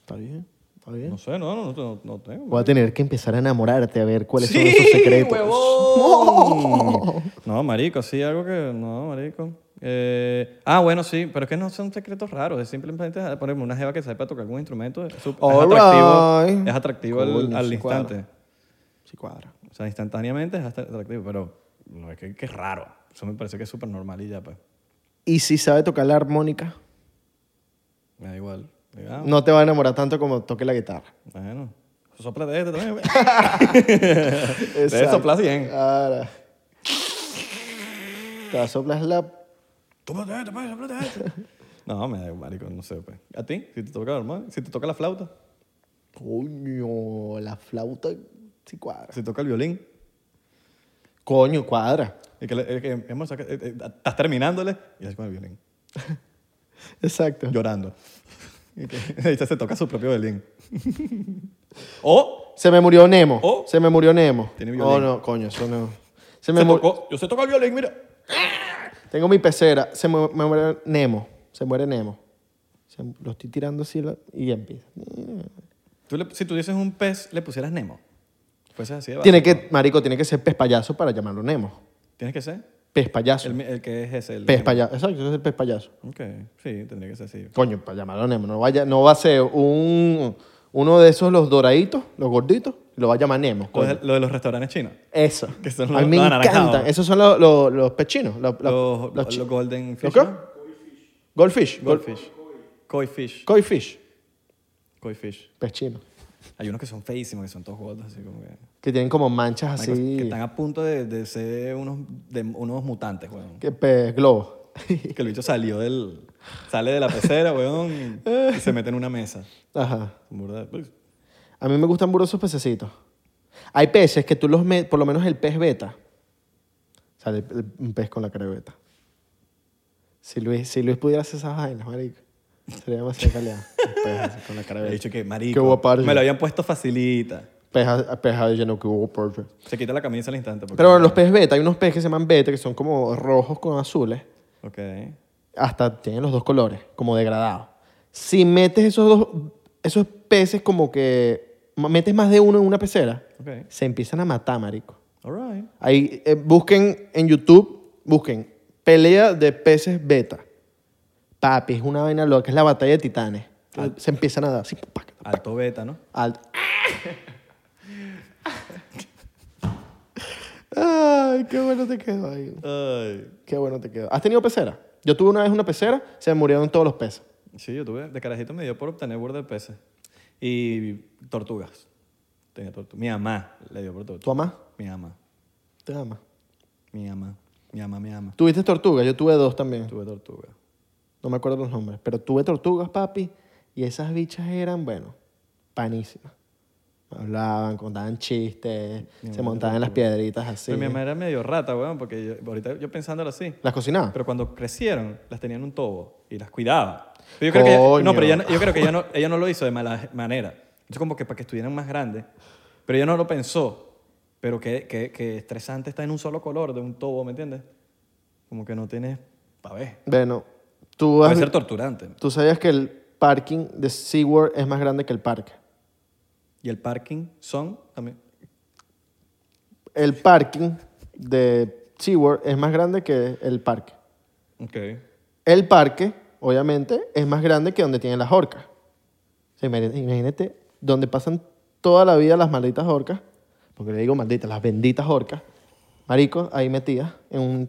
Speaker 1: Está bien, está bien.
Speaker 2: No sé, no, no, no, no, no tengo.
Speaker 1: Voy a tener que empezar a enamorarte a ver cuáles son
Speaker 2: Sí,
Speaker 1: esos secretos.
Speaker 2: huevón. [laughs] No, marico, sí, algo que... No, marico. Eh, ah, bueno, sí, pero es que no son secretos raros. Es simplemente ponerme una jeva que sepa tocar algún instrumento. Es, sup- es
Speaker 1: All
Speaker 2: atractivo,
Speaker 1: right.
Speaker 2: es atractivo al-
Speaker 1: Coño,
Speaker 2: al,
Speaker 1: sí, cuadra.
Speaker 2: instante.
Speaker 1: Sí, cuadra.
Speaker 2: O sea, instantáneamente es hasta atractivo, pero no es que, que es raro. Eso me parece que es súper normal y ya, pues.
Speaker 1: Y si sabe tocar la armónica,
Speaker 2: Me da igual. Digamos.
Speaker 1: no te va a enamorar tanto como toque la guitarra.
Speaker 2: Bueno. Sopla de este también.
Speaker 1: Exacto.
Speaker 2: soplas bien.
Speaker 1: Ahora. Te soplas la...
Speaker 2: Tómate esto, pues, sóplate esto. No, me da igual, marico, no sé, pues. ¿A ti? Si te toca la armónica, si te toca la flauta,
Speaker 1: Coño, la flauta sí cuadra.
Speaker 2: si toca el violín.
Speaker 1: Coño, cuadra.
Speaker 2: Y que, le- eh, que hemos saca- eh, eh, estás terminándole y así con el violín,
Speaker 1: Exacto.
Speaker 2: llorando. Y que [laughs] y se toca su propio violín. [laughs] o
Speaker 1: Se me murió Nemo.
Speaker 2: Oh.
Speaker 1: Se me murió Nemo.
Speaker 2: Tiene
Speaker 1: oh,
Speaker 2: violín.
Speaker 1: no, coño, eso no. Se me
Speaker 2: se
Speaker 1: mu-
Speaker 2: tocó, yo sé tocar el violín, mira.
Speaker 1: Tengo mi pecera. Se mu- me muere Nemo. Se muere Nemo. Se- lo estoy tirando así la- y ya empieza.
Speaker 2: Tú le- si tuvieses un pez, le pusieras Nemo. Fueses así de básico.
Speaker 1: Tiene que, marico, tiene que ser pez payaso para llamarlo Nemo.
Speaker 2: Tienes que ser
Speaker 1: Pez payaso.
Speaker 2: el, el que es ese. El,
Speaker 1: Pez payaso. Exacto, es el pez payaso.
Speaker 2: Ok, sí, tendría que ser así.
Speaker 1: Coño, para llamarlo Nemo. No, vaya, no va a ser un, uno de esos, los doraditos, los gorditos, lo va a llamar Nemo.
Speaker 2: Lo
Speaker 1: coño.
Speaker 2: de, lo de los restaurantes chinos.
Speaker 1: Eso.
Speaker 2: [laughs] Que son
Speaker 1: a
Speaker 2: los-
Speaker 1: mí me
Speaker 2: los anaranjados.
Speaker 1: encantan. Esos son los, los, los pechinos. Los,
Speaker 2: Los,
Speaker 1: los
Speaker 2: los,
Speaker 1: chi-
Speaker 2: golden
Speaker 1: ¿Los
Speaker 2: fish.
Speaker 1: qué?
Speaker 2: ¿no?
Speaker 1: Goldfish. Gold-
Speaker 2: Goldfish. Koi fish.
Speaker 1: Koi fish.
Speaker 2: Koi fish.
Speaker 1: Pez chino.
Speaker 2: Hay unos que son feísimos, que son todos gordos, así como que...
Speaker 1: Que tienen como manchas
Speaker 2: Marico, Que
Speaker 1: así.
Speaker 2: están a punto de, de ser unos, de unos mutantes, weón.
Speaker 1: Que pez globo. [laughs]
Speaker 2: Que el bicho salió del... Sale de la pecera, weón, y se mete en una mesa. pues,
Speaker 1: Ajá.
Speaker 2: Burda de-
Speaker 1: A mí me gustan burros esos pececitos. Hay peces que tú los metes, por lo menos el pez beta. Sale el- el- un pez con la cara de beta. Si Luis, si Luis pudiera hacer esas vainas, marico, sería demasiado calidad. Un pez así con la cara de
Speaker 2: He
Speaker 1: beta.
Speaker 2: dicho que, marico,
Speaker 1: Qué guapa eres.
Speaker 2: me lo habían puesto facilita.
Speaker 1: Pez, a- pez de lleno que hubo perfect.
Speaker 2: Se quita la camisa al instante. Porque,
Speaker 1: Pero bueno, los peces beta, hay unos peces que se llaman beta, que son como rojos con azules.
Speaker 2: Ok.
Speaker 1: Hasta tienen los dos colores, como degradados. Si metes esos dos, esos peces como que ma- metes más de uno en una pecera,
Speaker 2: Ok.
Speaker 1: se empiezan a matar, marico.
Speaker 2: All right.
Speaker 1: Ahí eh, busquen en YouTube, busquen pelea de peces beta. Papi, es una vaina loca, es la batalla de titanes. Se empiezan a dar así. pa, pa, pa,
Speaker 2: Alto beta, ¿no?
Speaker 1: al- Ay, qué bueno te quedó ahí.
Speaker 2: Ay.
Speaker 1: Qué bueno te quedó. ¿Has tenido pecera? Yo tuve una vez una pecera, se me murieron todos los peces.
Speaker 2: Sí, yo tuve, de carajito me dio por obtener burda de peces. Y tortugas. Tenía tortugas. Mi mamá le dio por
Speaker 1: ¿Tu
Speaker 2: tortugas.
Speaker 1: mamá?
Speaker 2: Mi mamá.
Speaker 1: Te ama.
Speaker 2: Mi mamá. Mi mamá, mi mamá.
Speaker 1: Tuviste tortugas, yo tuve dos también.
Speaker 2: Tuve tortugas.
Speaker 1: No me acuerdo los nombres, pero tuve tortugas, papi, y esas bichas eran, bueno, panísimas. Hablaban, contaban chistes, se montaban en las piedritas así.
Speaker 2: Pero Pues mi mamá era medio rata, weón, porque yo- ahorita yo pensándolo así.
Speaker 1: ¿Las cocinaba?
Speaker 2: Pero cuando crecieron, las tenía en un tobo y las cuidaba. Pero yo creo que, no,
Speaker 1: Coño.
Speaker 2: pero ella, no- yo creo que ella, no, ella no lo hizo de mala manera. Entonces como que para que estuvieran más grandes. Pero ella no lo pensó. Pero que, que, que estresante está en un solo color de un tobo, ¿me entiendes? Como que no tienes pa' ver.
Speaker 1: Bueno, tú,
Speaker 2: Puede
Speaker 1: has-
Speaker 2: ser torturante.
Speaker 1: tú sabías que el parking de SeaWorld es más grande que el parque.
Speaker 2: Y el parking son también.
Speaker 1: El parking de SeaWorld es más grande que el parque.
Speaker 2: Ok.
Speaker 1: El parque, obviamente, es más grande que donde tienen las orcas. O sea, imagínate, imagínate donde pasan toda la vida las malditas orcas, porque le digo malditas, las benditas orcas, maricos ahí metidas en un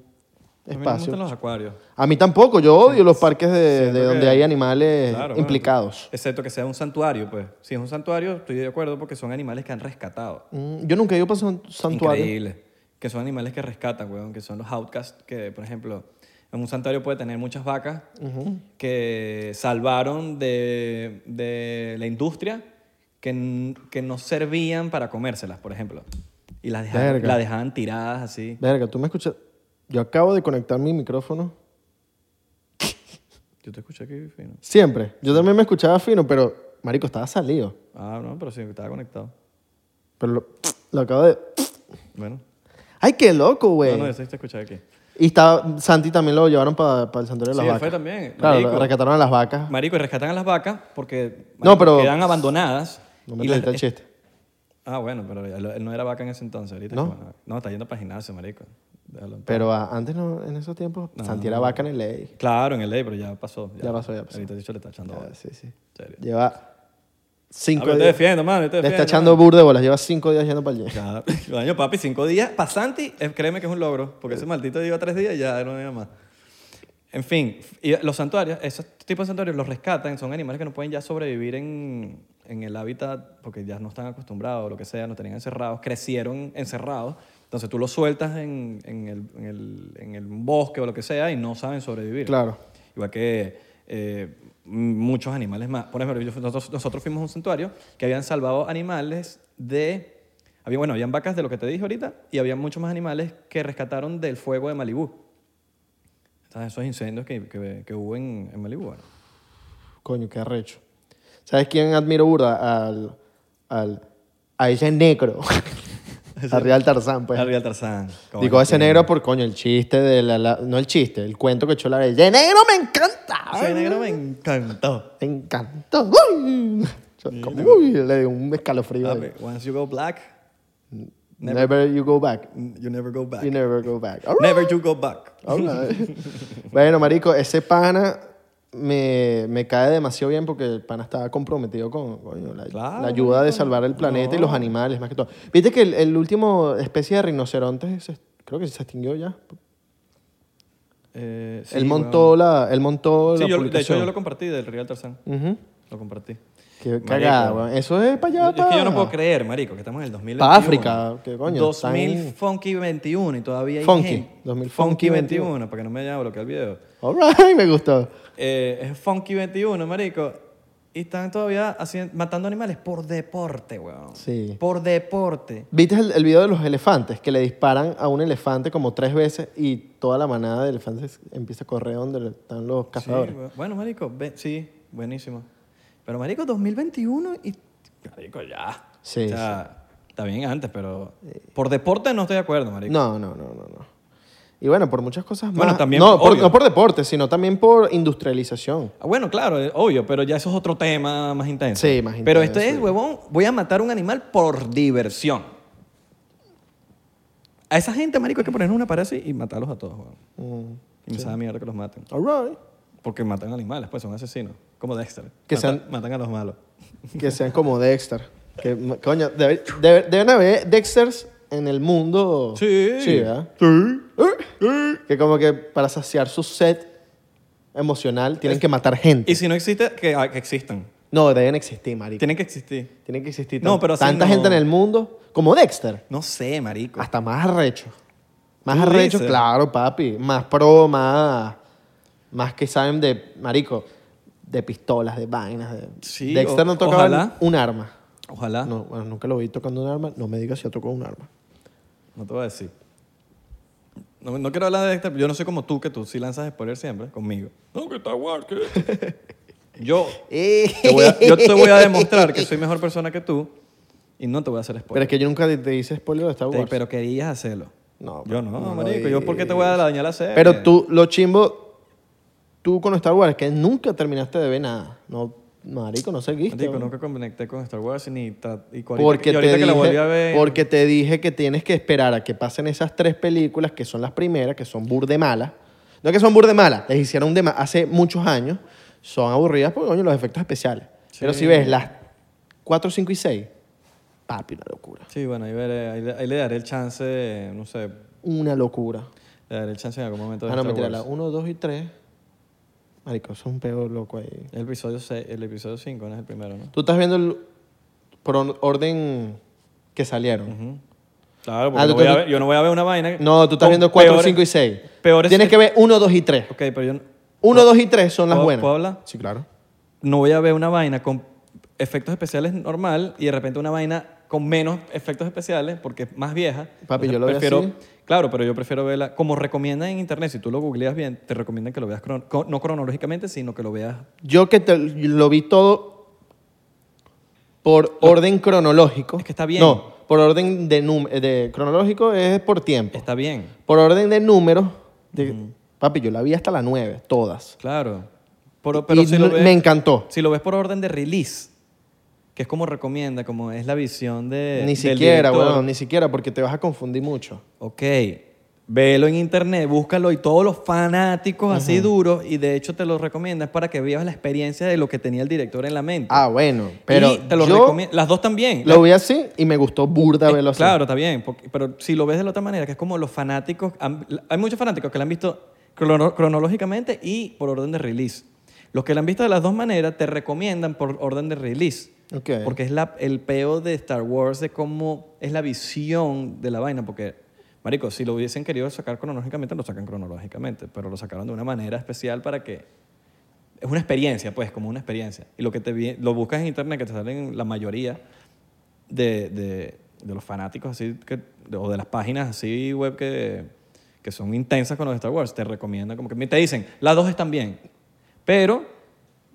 Speaker 2: A mí no me gustan
Speaker 1: espacio.
Speaker 2: los acuarios.
Speaker 1: A mí tampoco, yo odio los parques de,
Speaker 2: siento
Speaker 1: de donde
Speaker 2: que-
Speaker 1: hay animales
Speaker 2: Claro, bueno,
Speaker 1: implicados.
Speaker 2: Excepto que sea un santuario, pues. Si es un santuario, estoy de acuerdo porque son animales que han rescatado.
Speaker 1: Mm, Yo nunca he ido para un santuario.
Speaker 2: Increíble. Que son animales que rescatan, weón. Que son los outcasts que, por ejemplo, en un santuario puede tener muchas vacas que salvaron de, de la industria que, n- que no servían para comérselas, por ejemplo. Y las dejaban,
Speaker 1: Verga.
Speaker 2: las dejaban tiradas así.
Speaker 1: Verga, tú me escuchas. Yo acabo de conectar mi micrófono.
Speaker 2: Yo te escuché aquí, fino.
Speaker 1: Siempre. Yo también me escuchaba fino, pero marico estaba salido.
Speaker 2: Ah, no, pero sí, estaba conectado.
Speaker 1: Pero lo, lo acabo de.
Speaker 2: Bueno. Ah,
Speaker 1: Ay, qué loco, güey.
Speaker 2: No, no, yo sí te escuché aquí.
Speaker 1: Y estaba, Santi también lo llevaron para el santuario de las
Speaker 2: Sí, él
Speaker 1: vacas.
Speaker 2: fue también,
Speaker 1: Claro,
Speaker 2: marico.
Speaker 1: rescataron a las vacas.
Speaker 2: Marico, y rescatan a las vacas porque
Speaker 1: No,
Speaker 2: marico,
Speaker 1: pero-
Speaker 2: quedan abandonadas.
Speaker 1: No me
Speaker 2: y las-
Speaker 1: trajiste el chiste.
Speaker 2: Ah, bueno, pero él él no era vaca en ese entonces. Ahorita
Speaker 1: ¿No?
Speaker 2: que bueno, no, está yendo para el gimnasio, marico. Déjalo en paz.
Speaker 1: Pero ah, antes, no, en esos tiempos, Santi era vaca en el ley.
Speaker 2: Claro, en el ley, pero ya pasó.
Speaker 1: Ya pasó, ya pasó.
Speaker 2: Ahorita dicho le está echando bola.
Speaker 1: Sí, sí.
Speaker 2: En serio.
Speaker 1: Lleva
Speaker 2: Ah,
Speaker 1: cinco
Speaker 2: pero yo te
Speaker 1: días.
Speaker 2: defiendo, mano. Yo te
Speaker 1: Le
Speaker 2: defiendo.
Speaker 1: está echando burda de bolas. Lleva cinco días yendo para el gym.
Speaker 2: Claro. [laughs] Coño, papi, cinco días. Para Santi, eh, créeme que es un logro. Porque ese maldito lleva tres días y ya no iba más. En fin, y eh, los santuarios, esos tipos de santuarios los rescatan, son animales que no pueden ya sobrevivir en, en el hábitat porque ya no están acostumbrados, lo que sea, no tenían encerrados, crecieron encerrados. Entonces tú los sueltas en, en el, en, el, en el bosque o lo que sea y no saben sobrevivir.
Speaker 1: Claro.
Speaker 2: Igual que eh, m- muchos animales más. Por ejemplo, yo- nosotros, nosotros fuimos a un santuario que habían salvado animales de... Había, bueno, habían vacas de lo que te dije ahorita y había muchos más animales que rescataron del fuego de Malibú. ¿Sabes? Esos incendios que, que- que hubo en, en Malibú. bueno.
Speaker 1: Coño, qué arrecho. ¿Sabes quién admiro burda? Al, al, a ese
Speaker 2: [laughs]
Speaker 1: negro. a Real Tarzán, pues.
Speaker 2: Al Real Tarzán. coño,
Speaker 1: Digo ese
Speaker 2: que-
Speaker 1: negro por coño, el chiste de la, la- No el chiste, el cuento que echó la ley. ¡De negro me encanta!
Speaker 2: Ah, Ese negro me encantó.
Speaker 1: Me encantó. Uy. Yo como, uy, le dio un escalofrío. ahí.
Speaker 2: Papi, Ah, Once you go black,
Speaker 1: Never. you go back.
Speaker 2: you never go back.
Speaker 1: You never go back. All right,
Speaker 2: Never you go back.
Speaker 1: all right. [laughs] bueno, marico, ese pana me, me cae demasiado bien porque el pana estaba comprometido con coño, la,
Speaker 2: Claro,
Speaker 1: la ayuda de salvar el planeta y los animales, más que todo. Viste que el, el último especie de rinoceronte se- creo que se extinguió ya.
Speaker 2: Eh, sí,
Speaker 1: él,
Speaker 2: weón.
Speaker 1: montó la, él montó
Speaker 2: Sí,
Speaker 1: la
Speaker 2: yo- de hecho
Speaker 1: publicación.
Speaker 2: yo lo compartí del Real Tarzán.
Speaker 1: Ujú.
Speaker 2: Lo compartí.
Speaker 1: Qué
Speaker 2: Marico.
Speaker 1: cagada, weón. Eso es para allá.
Speaker 2: Es que yo no
Speaker 1: pa-
Speaker 2: puedo creer, marico, que estamos en el 2021.
Speaker 1: Pa' África, ¿qué coño?
Speaker 2: 2000
Speaker 1: Están-
Speaker 2: funky 21 y todavía hay
Speaker 1: Funky,
Speaker 2: gente-
Speaker 1: 2000 funky
Speaker 2: funky 21, para que no me haya bloqueado el video.
Speaker 1: All right, me gustó.
Speaker 2: Eh, es funky 21, marico. Y están todavía haciendo, matando animales por deporte, weón.
Speaker 1: Sí.
Speaker 2: Por deporte.
Speaker 1: ¿Viste el, el video de los elefantes? Que le disparan a un elefante como tres veces y toda la manada de elefantes empieza a correr donde están los
Speaker 2: Sí,
Speaker 1: cazadores.
Speaker 2: weón. bueno, marico, ve- sí, buenísimo. Pero, marico, 2021 y... Marico, ya.
Speaker 1: Sí,
Speaker 2: O sea, está bien antes, pero... Por deporte no estoy de acuerdo, marico.
Speaker 1: no, no, no, no, no. Y bueno, por muchas cosas más.
Speaker 2: Bueno, también,
Speaker 1: no, por,
Speaker 2: obvio.
Speaker 1: no por deporte, sino también por industrialización.
Speaker 2: Ah, Bueno, claro, eh, obvio, pero ya eso es otro tema más intenso.
Speaker 1: Sí, más
Speaker 2: Pero
Speaker 1: intenso,
Speaker 2: este es,
Speaker 1: sí.
Speaker 2: huevón, voy a matar un animal por diversión. A esa gente, marico, hay que ponerle una pared así y matarlos a todos, huevón.
Speaker 1: Mm,
Speaker 2: Y me sabe mierda que los maten.
Speaker 1: all right.
Speaker 2: Porque matan animales, pues son asesinos. Como Dexter.
Speaker 1: Que
Speaker 2: Matan-
Speaker 1: sean-
Speaker 2: Matan a los malos.
Speaker 1: Que sean como Dexter. Que, m- coño, debe- debe- deben haber Dexters en el mundo.
Speaker 2: Sí.
Speaker 1: Sí, ¿verdad? ¿Eh? Que como que para saciar su sed emocional tienen que matar gente.
Speaker 2: Y si no existe, que, ah, que existan.
Speaker 1: No, deben existir, marico.
Speaker 2: Tienen que existir.
Speaker 1: Tienen que existir
Speaker 2: No,
Speaker 1: tan-
Speaker 2: pero así
Speaker 1: tanta
Speaker 2: no.
Speaker 1: gente en el mundo como Dexter.
Speaker 2: No sé, marico.
Speaker 1: Hasta más arrecho. Más
Speaker 2: ¿Tú
Speaker 1: arrecho,
Speaker 2: dices?
Speaker 1: claro, papi. Más pro, más... Más que saben de, marico, de pistolas, de vainas. de-
Speaker 2: Sí,
Speaker 1: Dexter
Speaker 2: o-
Speaker 1: no tocaba
Speaker 2: ojalá.
Speaker 1: un arma.
Speaker 2: Ojalá. No.
Speaker 1: No, bueno, nunca lo vi tocando un arma. No me digas si ha tocado un arma.
Speaker 2: te voy a decir. No, este, no quiero hablar de Dexter, yo no soy como tú, que tú sí lanzas spoilers siempre, conmigo. No, que está guay, que... [laughs] Yo [laughs] te, voy a, yo te voy a demostrar que soy mejor persona que tú y no te voy a hacer
Speaker 1: Pero
Speaker 2: spoiler.
Speaker 1: es que yo nunca te- te hice spoiler de Star
Speaker 2: Te-
Speaker 1: Wars.
Speaker 2: pero querías hacerlo.
Speaker 1: No,
Speaker 2: yo
Speaker 1: pero
Speaker 2: no,
Speaker 1: no
Speaker 2: marico.
Speaker 1: lo
Speaker 2: ¿Yo por qué te voy a dañar la serie?
Speaker 1: Pero tú, lo chimbo, tú con Star Wars, es que nunca terminaste de ver nada. No, marico, no seguiste.
Speaker 2: Marico,
Speaker 1: weón.
Speaker 2: nunca conecté con Star Wars y ni... tra- Y cu- ahorita-
Speaker 1: porque
Speaker 2: y
Speaker 1: te,
Speaker 2: ahorita que la volví
Speaker 1: dije,
Speaker 2: a ver...
Speaker 1: porque te dije que tienes que esperar a que pasen esas tres películas, que son las primeras, que son burde malas. No que son burde malas, les hicieron de ma- hace muchos años. Son aburridas porque, coño, los efectos especiales. Pero si ves las 4, 5 y 6, papi, una locura.
Speaker 2: Sí, bueno, ahí, veré, ahí, le, ahí le daré el chance, de, no sé, le
Speaker 1: Una locura.
Speaker 2: daré el chance en algún momento de
Speaker 1: Ah, no,
Speaker 2: Star
Speaker 1: mentira,
Speaker 2: Wars.
Speaker 1: la 1, 2 y 3. Marico, eso es un pedo loco ahí.
Speaker 2: El episodio 6, el episodio 5, no es el primero, ¿no?
Speaker 1: Tú estás viendo el, por on- orden que salieron.
Speaker 2: Claro, porque
Speaker 1: Ah,
Speaker 2: no
Speaker 1: tú-
Speaker 2: voy a
Speaker 1: tú-
Speaker 2: ver- yo no voy a ver una vaina...
Speaker 1: No, tú estás
Speaker 2: con
Speaker 1: viendo 4,
Speaker 2: peores-
Speaker 1: 5 y 6.
Speaker 2: peores-
Speaker 1: Tienes que ver 1, 2 y 3.
Speaker 2: Ok, pero yo no,
Speaker 1: 1, 2 y 3 son las
Speaker 2: ¿Puedo-
Speaker 1: buenas.
Speaker 2: puedo hablar?
Speaker 1: Sí, claro.
Speaker 2: no voy a ver una vaina con efectos especiales normal y de repente una vaina con menos efectos especiales porque es más vieja.
Speaker 1: Papi,
Speaker 2: Entonces,
Speaker 1: yo lo veo
Speaker 2: prefiero,
Speaker 1: así.
Speaker 2: Claro, pero yo prefiero verla como recomiendan en internet. Si tú lo googleas bien, te recomiendan que lo veas cron- co- no cronológicamente, sino que lo veas.
Speaker 1: Yo que te- lo vi todo por orden cronológico.
Speaker 2: Es que está bien.
Speaker 1: No, por orden de, num- de cronológico es por tiempo.
Speaker 2: Está bien,
Speaker 1: Por orden de números, de- papi, yo la vi hasta la 9, todas.
Speaker 2: claro. Pero, pero
Speaker 1: y
Speaker 2: si lo
Speaker 1: n-
Speaker 2: ves,
Speaker 1: me encantó.
Speaker 2: Si lo ves por orden de release, que es como recomienda, como es la visión de.
Speaker 1: Ni
Speaker 2: del
Speaker 1: siquiera,
Speaker 2: director.
Speaker 1: weón, ni siquiera, porque te vas a confundir mucho.
Speaker 2: Ok, velo en internet, búscalo y todos los fanáticos así duros, y de hecho te lo recomiendas para que vivas la experiencia de lo que tenía el director en la mente.
Speaker 1: Ah, bueno, pero
Speaker 2: Y te lo
Speaker 1: yo
Speaker 2: recomiendo. Las dos también. Eh,
Speaker 1: lo vi así y me gustó burda verlo así.
Speaker 2: Claro, está bien, porque- pero si lo ves de la otra manera, que es como los fanáticos, han- hay muchos fanáticos que la han visto crono- cronológicamente y por orden de release. Los que la han visto de las dos maneras te recomiendan por orden de release.
Speaker 1: Ok.
Speaker 2: Porque es la, el peo de Star Wars de cómo es la visión de la vaina. Porque, marico, si lo hubiesen querido sacar cronológicamente, lo sacan cronológicamente. Pero lo sacaron de una manera especial para que... Es una experiencia, pues, como una experiencia. Y lo que te vi- lo buscas en internet, que te salen la mayoría de, de- de los fanáticos así, que, de- o de las páginas así web que, que son intensas con los de Star Wars, te recomiendan como que... Te dicen, las dos están bien, pero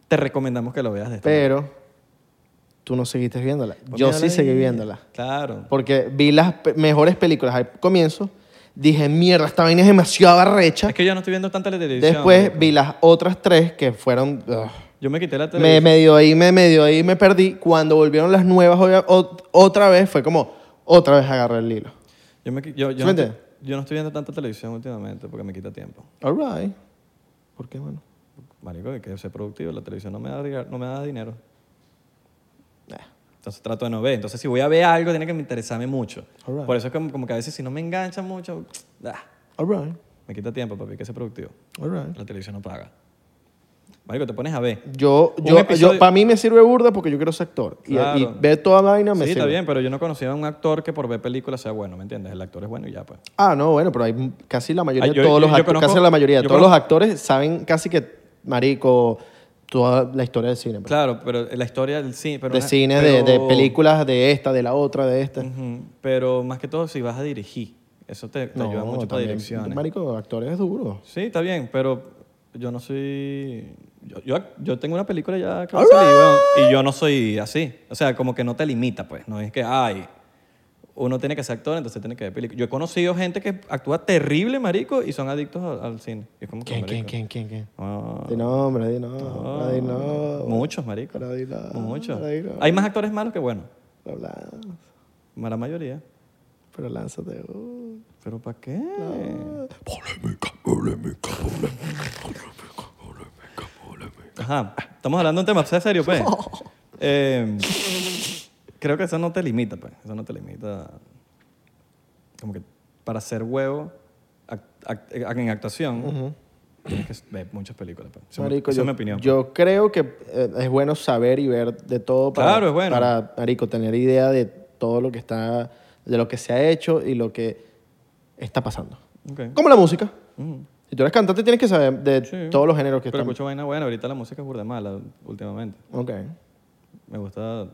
Speaker 2: te recomendamos que lo veas de esta manera".
Speaker 1: Pero tú no seguiste viéndola.
Speaker 2: Pues
Speaker 1: Yo
Speaker 2: mírala
Speaker 1: sí
Speaker 2: ahí.
Speaker 1: seguí viéndola.
Speaker 2: Claro.
Speaker 1: Porque vi las pe- mejores películas al comienzo. Dije, mierda, esta vaina es demasiado arrecha.
Speaker 2: Es que yo no estoy viendo tanta la televisión.
Speaker 1: Después
Speaker 2: marico.
Speaker 1: vi las otras tres que fueron... ugh.
Speaker 2: Yo me quité la
Speaker 1: me
Speaker 2: televisión.
Speaker 1: medio ahí, me medio ahí, me perdí. Cuando volvieron las nuevas obvia- ot- otra vez, fue como, otra vez agarré el hilo.
Speaker 2: Yo, me qui- yo-
Speaker 1: ¿Sí
Speaker 2: yo no
Speaker 1: me
Speaker 2: estoy-
Speaker 1: entiendes?
Speaker 2: yo no estoy viendo tanta televisión últimamente porque me quita tiempo.
Speaker 1: All right. ¿Por qué, mano?
Speaker 2: Marico, hay que ser productivo. La televisión no me da, diga- no me da dinero. Entonces trato de no ver. Entonces si voy a ver algo, tiene que me interesarme mucho.
Speaker 1: Alright.
Speaker 2: Por eso es como, como que a veces si no me engancha mucho, ah,
Speaker 1: All right.
Speaker 2: me quita tiempo, papi, hay que ser productivo.
Speaker 1: All right.
Speaker 2: La televisión no paga. Marico, te pones a ver.
Speaker 1: Yo,
Speaker 2: Un
Speaker 1: yo,
Speaker 2: episodio-
Speaker 1: para mí me sirve burda porque yo quiero ser actor. Y,
Speaker 2: Claro.
Speaker 1: y ver toda vaina me
Speaker 2: sí,
Speaker 1: sirve.
Speaker 2: está bien, pero yo no conocía a un actor que por ver películas sea bueno, ¿me entiendes? El actor es bueno y ya, pues.
Speaker 1: Ah, no, bueno, pero hay m- casi la mayoría,
Speaker 2: Ah, yo-
Speaker 1: de todos
Speaker 2: yo-
Speaker 1: los
Speaker 2: yo
Speaker 1: acto-
Speaker 2: conozco-
Speaker 1: casi la mayoría, de
Speaker 2: yo
Speaker 1: todos
Speaker 2: conozco-
Speaker 1: los actores saben casi que, marico, toda la historia del cine. pues.
Speaker 2: Claro, pero la historia del cine... Pero
Speaker 1: de
Speaker 2: una-
Speaker 1: cine, de- de,
Speaker 2: pero-
Speaker 1: películas, de esta, de la otra, de esta.
Speaker 2: Ujú, Pero más que todo, si vas a dirigir, eso te, te ayuda mucho para
Speaker 1: también,
Speaker 2: direcciones.
Speaker 1: Marico, actores es duro.
Speaker 2: Sí, está bien, pero yo no soy. Yo, yo, yo tengo una película ya que va a salir, weón, y yo no soy así. O sea, como que no te limita, pues. No es que, ay, uno tiene que ser actor, entonces tiene que ver películas. Yo he conocido gente que actúa terrible, marico, y son adictos al, al cine. Y es como que,
Speaker 1: ¿Quién, quién,
Speaker 2: marico,
Speaker 1: quién, quién, quién?
Speaker 2: no,
Speaker 1: Di nombre, di
Speaker 2: Ah.
Speaker 1: nombre, di nombre.
Speaker 2: Muchos, marico.
Speaker 1: Pero di no,
Speaker 2: Muchos.
Speaker 1: pero di no.
Speaker 2: Hay más actores malos que buenos.
Speaker 1: Pero lan-
Speaker 2: La mayoría.
Speaker 1: Pero lánzate. uh.
Speaker 2: ¿Pero para qué? Ajá, estamos hablando de un tema, sea serio, pues. Eh, creo que eso no te limita, pues. Eso no te limita. Como que para ser huevo act- act- eh, en actuación, tienes que ver muchas películas, pues. Esa es mi-
Speaker 1: Marico,
Speaker 2: esa
Speaker 1: yo,
Speaker 2: es mi opinión. pues.
Speaker 1: yo creo que eh, es bueno saber y ver de todo para,
Speaker 2: Claro, es bueno.
Speaker 1: para marico, tener idea de todo lo que está, de lo que se ha hecho y lo que está pasando.
Speaker 2: Ok.
Speaker 1: Como la música.
Speaker 2: Ujú.
Speaker 1: Si tú eres cantante, tienes que saber de
Speaker 2: Mm. Sí.
Speaker 1: todos los géneros que
Speaker 2: Pero
Speaker 1: están.
Speaker 2: escucho vaina buena. Ahorita la música es burda mala últimamente.
Speaker 1: Ok.
Speaker 2: Me gusta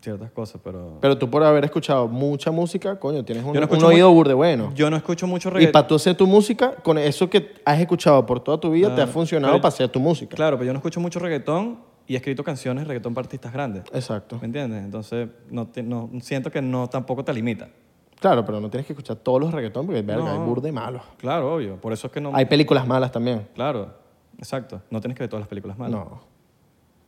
Speaker 2: ciertas cosas, pero...
Speaker 1: Pero tú por haber escuchado mucha música, coño, tienes un,
Speaker 2: Yo no
Speaker 1: un
Speaker 2: escucho
Speaker 1: oído
Speaker 2: mu-
Speaker 1: burde bueno.
Speaker 2: Yo no escucho mucho
Speaker 1: y
Speaker 2: reggaetón.
Speaker 1: para tú hacer tu música, con eso que has escuchado por toda tu vida, te ha
Speaker 2: Claro.
Speaker 1: funcionado
Speaker 2: Ah, Pero-
Speaker 1: para hacer tu música.
Speaker 2: Claro, pero yo no escucho mucho reggaetón y he escrito canciones de reggaetón para artistas grandes.
Speaker 1: Exacto.
Speaker 2: ¿Me entiendes? Entonces, no, te- no- siento que no tampoco te limita.
Speaker 1: Claro, pero no tienes que escuchar todos los reggaetón porque, verga, hay burde malos.
Speaker 2: Claro, obvio. Por eso es que no...
Speaker 1: Hay películas malas también.
Speaker 2: Claro, exacto. No tienes que ver todas las películas malas.
Speaker 1: No.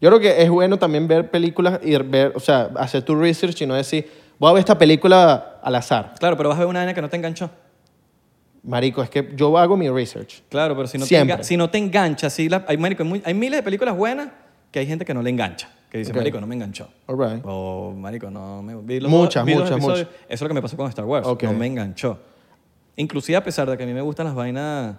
Speaker 1: Yo creo que es bueno también ver películas y ver, o sea, hacer tu research y no decir, voy a ver esta película al azar.
Speaker 2: Claro, pero vas a ver una vaina que no te enganchó.
Speaker 1: Marico, es que yo hago mi research.
Speaker 2: Claro, pero si no, te,
Speaker 1: Siempre.
Speaker 2: engan- si no te engancha, si la- hay, marico, hay muy- hay miles de películas buenas que hay gente que no le engancha. Que dice,
Speaker 1: Ok.
Speaker 2: marico, no me enganchó.
Speaker 1: All right.
Speaker 2: O, marico, no me... vi los
Speaker 1: Muchas,
Speaker 2: dos- vi los
Speaker 1: muchas,
Speaker 2: episodios. Eso es lo que me pasó con Star Wars.
Speaker 1: Ok.
Speaker 2: No me enganchó. Inclusive a pesar de que a mí me gustan las vainas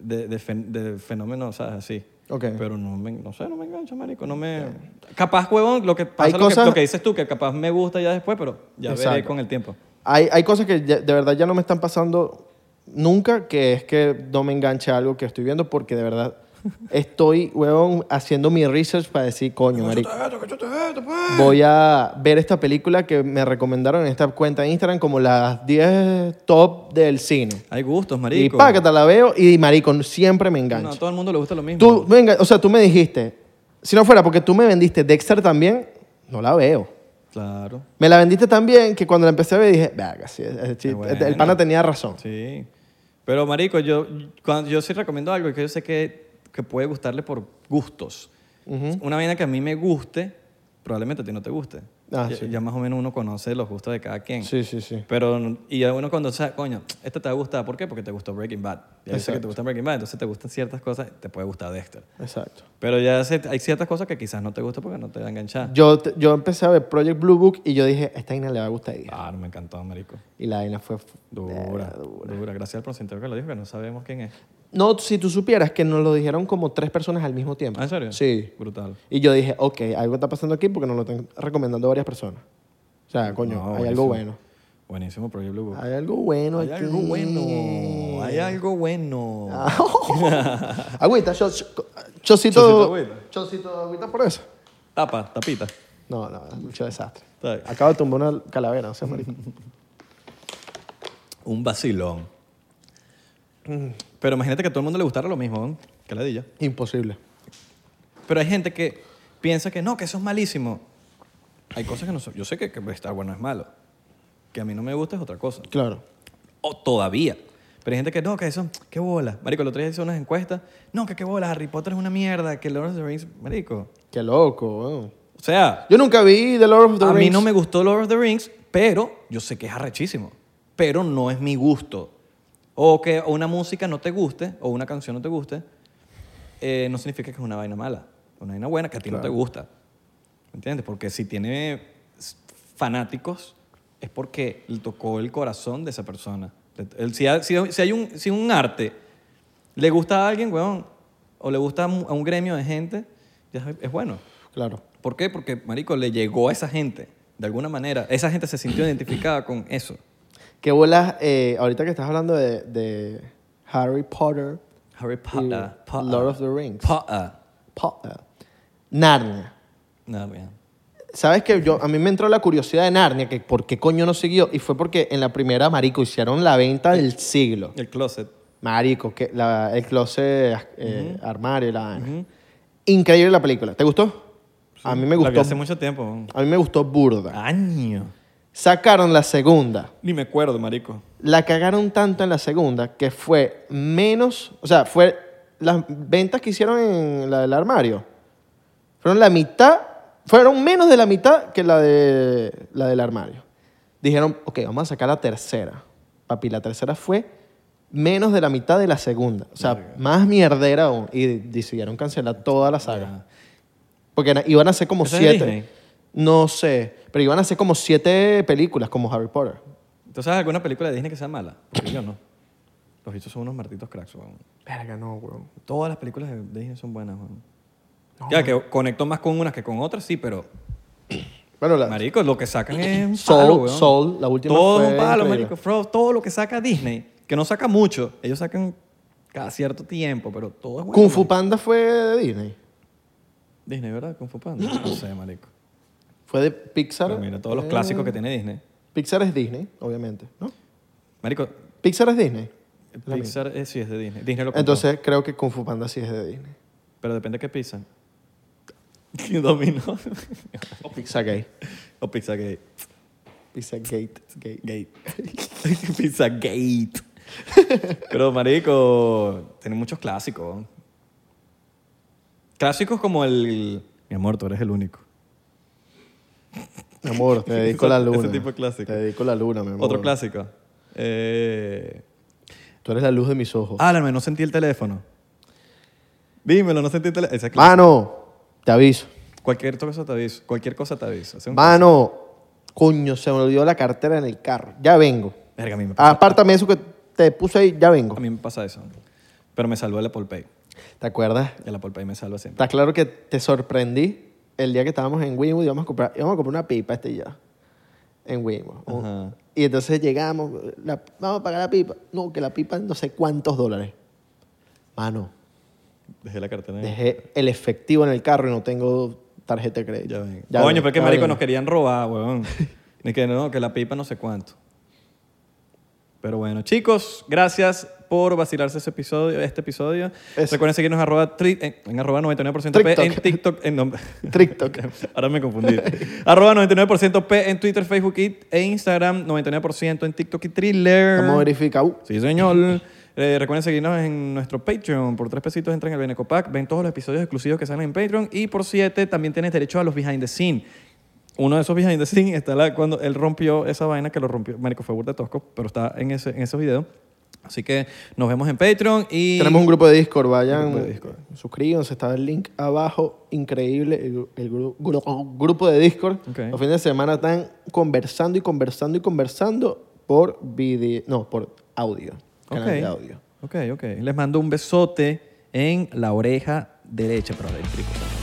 Speaker 2: de, de fen- de fenómenos, ¿sabes? Así.
Speaker 1: Ok.
Speaker 2: Pero no, me, no sé, no me engancha, marico. No me... Capaz, huevón, lo que pasa,
Speaker 1: Hay
Speaker 2: lo, que,
Speaker 1: cosas-
Speaker 2: lo que dices tú, que capaz me gusta ya después, pero ya veré
Speaker 1: Exacto.
Speaker 2: con el tiempo.
Speaker 1: Hay, hay cosas que ya- de verdad ya no me están pasando nunca, que es que no me enganche a algo que estoy viendo porque de verdad estoy, huevón, haciendo mi research para decir, coño, marico. Voy a ver esta película que me recomendaron en esta cuenta de Instagram como las 10 top del cine.
Speaker 2: Hay gustos,
Speaker 1: Y
Speaker 2: marico.
Speaker 1: págata, la veo y marico, siempre me engancha.
Speaker 2: No, a todo el mundo le gusta lo mismo.
Speaker 1: Tú, venga, o sea, tú me dijiste, si no fuera porque tú me vendiste Dexter también, no la veo.
Speaker 2: Claro.
Speaker 1: Me la vendiste también que cuando la empecé a ver dije, verga, sí, es- es- sí,
Speaker 2: Qué
Speaker 1: el
Speaker 2: bueno.
Speaker 1: pana tenía razón.
Speaker 2: Sí. Pero, marico, yo, cuando, yo sí recomiendo algo que yo sé que, que puede gustarle por gustos. Una vaina que a mí me guste, probablemente a ti no te guste.
Speaker 1: Ah,
Speaker 2: ya,
Speaker 1: sí.
Speaker 2: ya más o menos uno conoce los gustos de cada quien.
Speaker 1: Sí, sí, sí.
Speaker 2: Pero, y ya uno cuando sabe, coño, esta te va a gustar, ¿por qué? Porque te gustó Breaking Bad. Ya yo sé que te
Speaker 1: Exacto.
Speaker 2: gusta Breaking Bad, entonces te gustan ciertas cosas, te puede gustar Dexter.
Speaker 1: Exacto.
Speaker 2: Pero ya sé- hay ciertas cosas que quizás no te gusta porque no te va a enganchar.
Speaker 1: Yo, te- yo empecé a ver Project Blue Book y yo dije, esta Aina le va a gustar. a ella".
Speaker 2: Claro, me encantó, marico.
Speaker 1: Y la Aina fue...
Speaker 2: Dura, dura. Gracias al porcentaje que lo dijo, que no sabemos quién es.
Speaker 1: No, si tú supieras que nos lo dijeron como tres personas al mismo tiempo.
Speaker 2: ¿Ah, ¿En serio?
Speaker 1: Sí.
Speaker 2: Brutal.
Speaker 1: Y yo dije, ok, algo está pasando aquí porque nos lo están recomendando varias personas. O sea, coño,
Speaker 2: No,
Speaker 1: hay
Speaker 2: buenísimo.
Speaker 1: algo bueno.
Speaker 2: Buenísimo Project Blue Book.
Speaker 1: Hay algo bueno
Speaker 2: Hay
Speaker 1: aquí.
Speaker 2: algo bueno. Hay algo bueno.
Speaker 1: [laughs] Ah. Agüita, yo, yo-
Speaker 2: Chocito de
Speaker 1: chocito.
Speaker 2: agüita.
Speaker 1: Chocito de agüita por eso.
Speaker 2: Tapa, tapita.
Speaker 1: No, no, es mucho desastre.
Speaker 2: Está bien.
Speaker 1: Acabo de tumbar una calavera, o sea, marico. [laughs]
Speaker 2: Un vacilón. Pero imagínate que a todo el mundo le gustara lo mismo, ¿eh? que ladilla.
Speaker 1: Imposible.
Speaker 2: Pero hay gente que piensa que no, que eso es malísimo. Hay cosas que no son. Yo sé que, que estar bueno es malo. Que a mí no me gusta es otra cosa.
Speaker 1: Claro.
Speaker 2: O todavía. Pero hay gente que no, que eso, qué bola. Marico, el otro día hice unas encuestas. No, que qué bola, Harry Potter es una mierda, que Lord of the Rings. Marico.
Speaker 1: Qué loco, weón.
Speaker 2: O sea,
Speaker 1: Yo nunca vi The Lord of the
Speaker 2: a
Speaker 1: Rings.
Speaker 2: mí no me gustó Lord of the Rings, pero yo sé que es arrechísimo. Pero no es mi gusto. O que una música no te guste, o una canción no te guste, eh, no significa que es una vaina mala. Una vaina buena que a ti no te gusta. ¿Me entiendes? Porque si tiene s- fanáticos, es porque le tocó el corazón de esa persona. Le- el- Si, ha- si- si hay un, si un arte le gusta a alguien, weón, o le gusta a un a un gremio de gente, ya es- es bueno.
Speaker 1: Claro.
Speaker 2: ¿Por qué? Porque, marico, le llegó a esa gente, de alguna manera. Esa gente se sintió identificada con eso.
Speaker 1: Qué bolas, eh, ahorita que estás hablando de, de Harry Potter,
Speaker 2: Harry Potter.
Speaker 1: Y
Speaker 2: Potter,
Speaker 1: Lord of the Rings.
Speaker 2: Potter.
Speaker 1: Potter, Narnia.
Speaker 2: No, mira.
Speaker 1: ¿Sabes que yo, a mí me entró la curiosidad de Narnia, que por qué coño no siguió, y fue porque en la primera, marico, hicieron la venta del siglo.
Speaker 2: El closet.
Speaker 1: Marico, que la- el closet, eh, armario y la vaina. Increíble la película. ¿Te gustó? A mí me
Speaker 2: La vi
Speaker 1: gustó.
Speaker 2: hace mucho tiempo.
Speaker 1: A mí me gustó burda.
Speaker 2: Año.
Speaker 1: Sacaron la segunda.
Speaker 2: Ni me acuerdo, marico.
Speaker 1: La cagaron tanto en la segunda que fue menos, o sea, fue las ventas que hicieron en la del armario. Fueron la mitad, fueron menos de la mitad que la, de, la del armario. Dijeron, ok, vamos a sacar la tercera. Papi, la tercera fue menos de la mitad de la segunda. O sea, más mierdera aún. Y decidieron cancelar toda la saga.
Speaker 2: Ya.
Speaker 1: Porque era- iban a ser como
Speaker 2: ¿Eso es de Disney?
Speaker 1: siete. No sé, pero iban a ser como siete películas como Harry Potter.
Speaker 2: ¿Tú sabes alguna película de Disney que sea mala? Porque yo no. Los bichos son unos martitos cracks, weón.
Speaker 1: Verga, no, weón.
Speaker 2: Todas las películas de Disney son buenas, weón. Ya que conecto más con unas que con otras, sí, pero
Speaker 1: Bueno, la,
Speaker 2: Marico, lo que sacan es un
Speaker 1: Soul-
Speaker 2: palo, weón.
Speaker 1: Soul, la última
Speaker 2: Todo
Speaker 1: fue
Speaker 2: un palo,
Speaker 1: increíble.
Speaker 2: marico. Fro- Todo lo que saca Disney, que no saca mucho. Ellos sacan cada cierto tiempo, pero todo es bueno.
Speaker 1: Kung Fu
Speaker 2: marico.
Speaker 1: Panda fue de Disney.
Speaker 2: Disney, ¿verdad? Kung Fu Panda. No sé, marico.
Speaker 1: Fue de Pixar.
Speaker 2: Pero mira, todos los
Speaker 1: Eh,
Speaker 2: clásicos que tiene Disney.
Speaker 1: Pixar es Disney, obviamente, ¿no?
Speaker 2: Marico,
Speaker 1: Pixar es Disney. Es la misma.
Speaker 2: Pixar eh, sí es de Disney. Disney lo compró.
Speaker 1: Entonces creo que Kung Fu Panda sí es de Disney.
Speaker 2: Pero depende de qué [laughs] pizza. Dominó. Oh.
Speaker 1: O Pizzagate.
Speaker 2: [laughs] o Pizza Gate.
Speaker 1: Pizzagate.
Speaker 2: [laughs]
Speaker 1: Gate.
Speaker 2: Gate. pizza Gate. Pero, marico, tiene muchos clásicos. Clásicos como el... Mi amor, tú eres el único.
Speaker 1: Mi amor, te dedico la
Speaker 2: Ese- ese
Speaker 1: luna.
Speaker 2: tipo de clásico.
Speaker 1: Te dedico la luna, mi amor.
Speaker 2: Otro clásico. Eh...
Speaker 1: Tú eres la luz de mis ojos.
Speaker 2: Álame, no sentí el teléfono. Dímelo, no sentí el teléfono. Ese es clásico.
Speaker 1: Mano, te aviso.
Speaker 2: Cualquier cosa te aviso. Cualquier cosa te aviso. Hace un-
Speaker 1: Mano, coño, se me olvidó la cartera en el carro. Ya vengo.
Speaker 2: Verga, a mí me pasa.
Speaker 1: Apártame eso que te puse ahí, ya vengo.
Speaker 2: A mí me pasa eso. Pero me salvó el Apple Pay.
Speaker 1: ¿Te acuerdas?
Speaker 2: El Apple Pay me salva siempre.
Speaker 1: Está claro que te sorprendí el día que estábamos en Winwood íbamos a comprar, íbamos a comprar una pipa este ya. En Winwood.
Speaker 2: Ajá.
Speaker 1: Y entonces llegamos, la- vamos a pagar la pipa. No, que la pipa no sé cuántos dólares. Mano,
Speaker 2: Dejé la cartera. en-
Speaker 1: dejé el efectivo en el carro y no tengo tarjeta de crédito.
Speaker 2: Ya ven.
Speaker 1: Ya ven,
Speaker 2: Coño, pero es que
Speaker 1: ya
Speaker 2: marico
Speaker 1: ven.
Speaker 2: nos querían robar, weón. Ni que no, que la pipa no sé cuánto. Pero bueno, chicos, gracias por vacilarse ese episodio, este episodio.
Speaker 1: Eso.
Speaker 2: Recuerden seguirnos arroba tri- en, en arroba 99% P en
Speaker 1: TikTok.
Speaker 2: TikTok.
Speaker 1: [laughs]
Speaker 2: En, nom-
Speaker 1: TikTok.
Speaker 2: Ahora me confundí. arroba 99% P en Twitter, Facebook y- e Instagram. 99% en TikTok y Thriller.
Speaker 1: Estamos verificados.
Speaker 2: Sí,
Speaker 1: [laughs]
Speaker 2: señor. Eh, recuerden seguirnos en nuestro Patreon. Por tres pesitos entran al Benecopac, ven todos los episodios exclusivos que salen en Patreon. Y por siete también tienes derecho a los behind the scene. Uno de esos behind the scene está la- cuando él rompió esa vaina que lo rompió. Marico, fue burda de tosco, pero está en, ese, en esos videos. Así que nos vemos en Patreon y...
Speaker 1: Tenemos un grupo de Discord, vayan,
Speaker 2: Un grupo de Discord.
Speaker 1: suscríbanse, está el link abajo, increíble, el, el gru- gru- grupo de Discord.
Speaker 2: Ok.
Speaker 1: Los fines de semana están conversando y conversando y conversando por video, no, por audio, canal de
Speaker 2: Ok.
Speaker 1: audio.
Speaker 2: Ok, ok. Les mando un besote en la oreja derecha, pero eléctrico.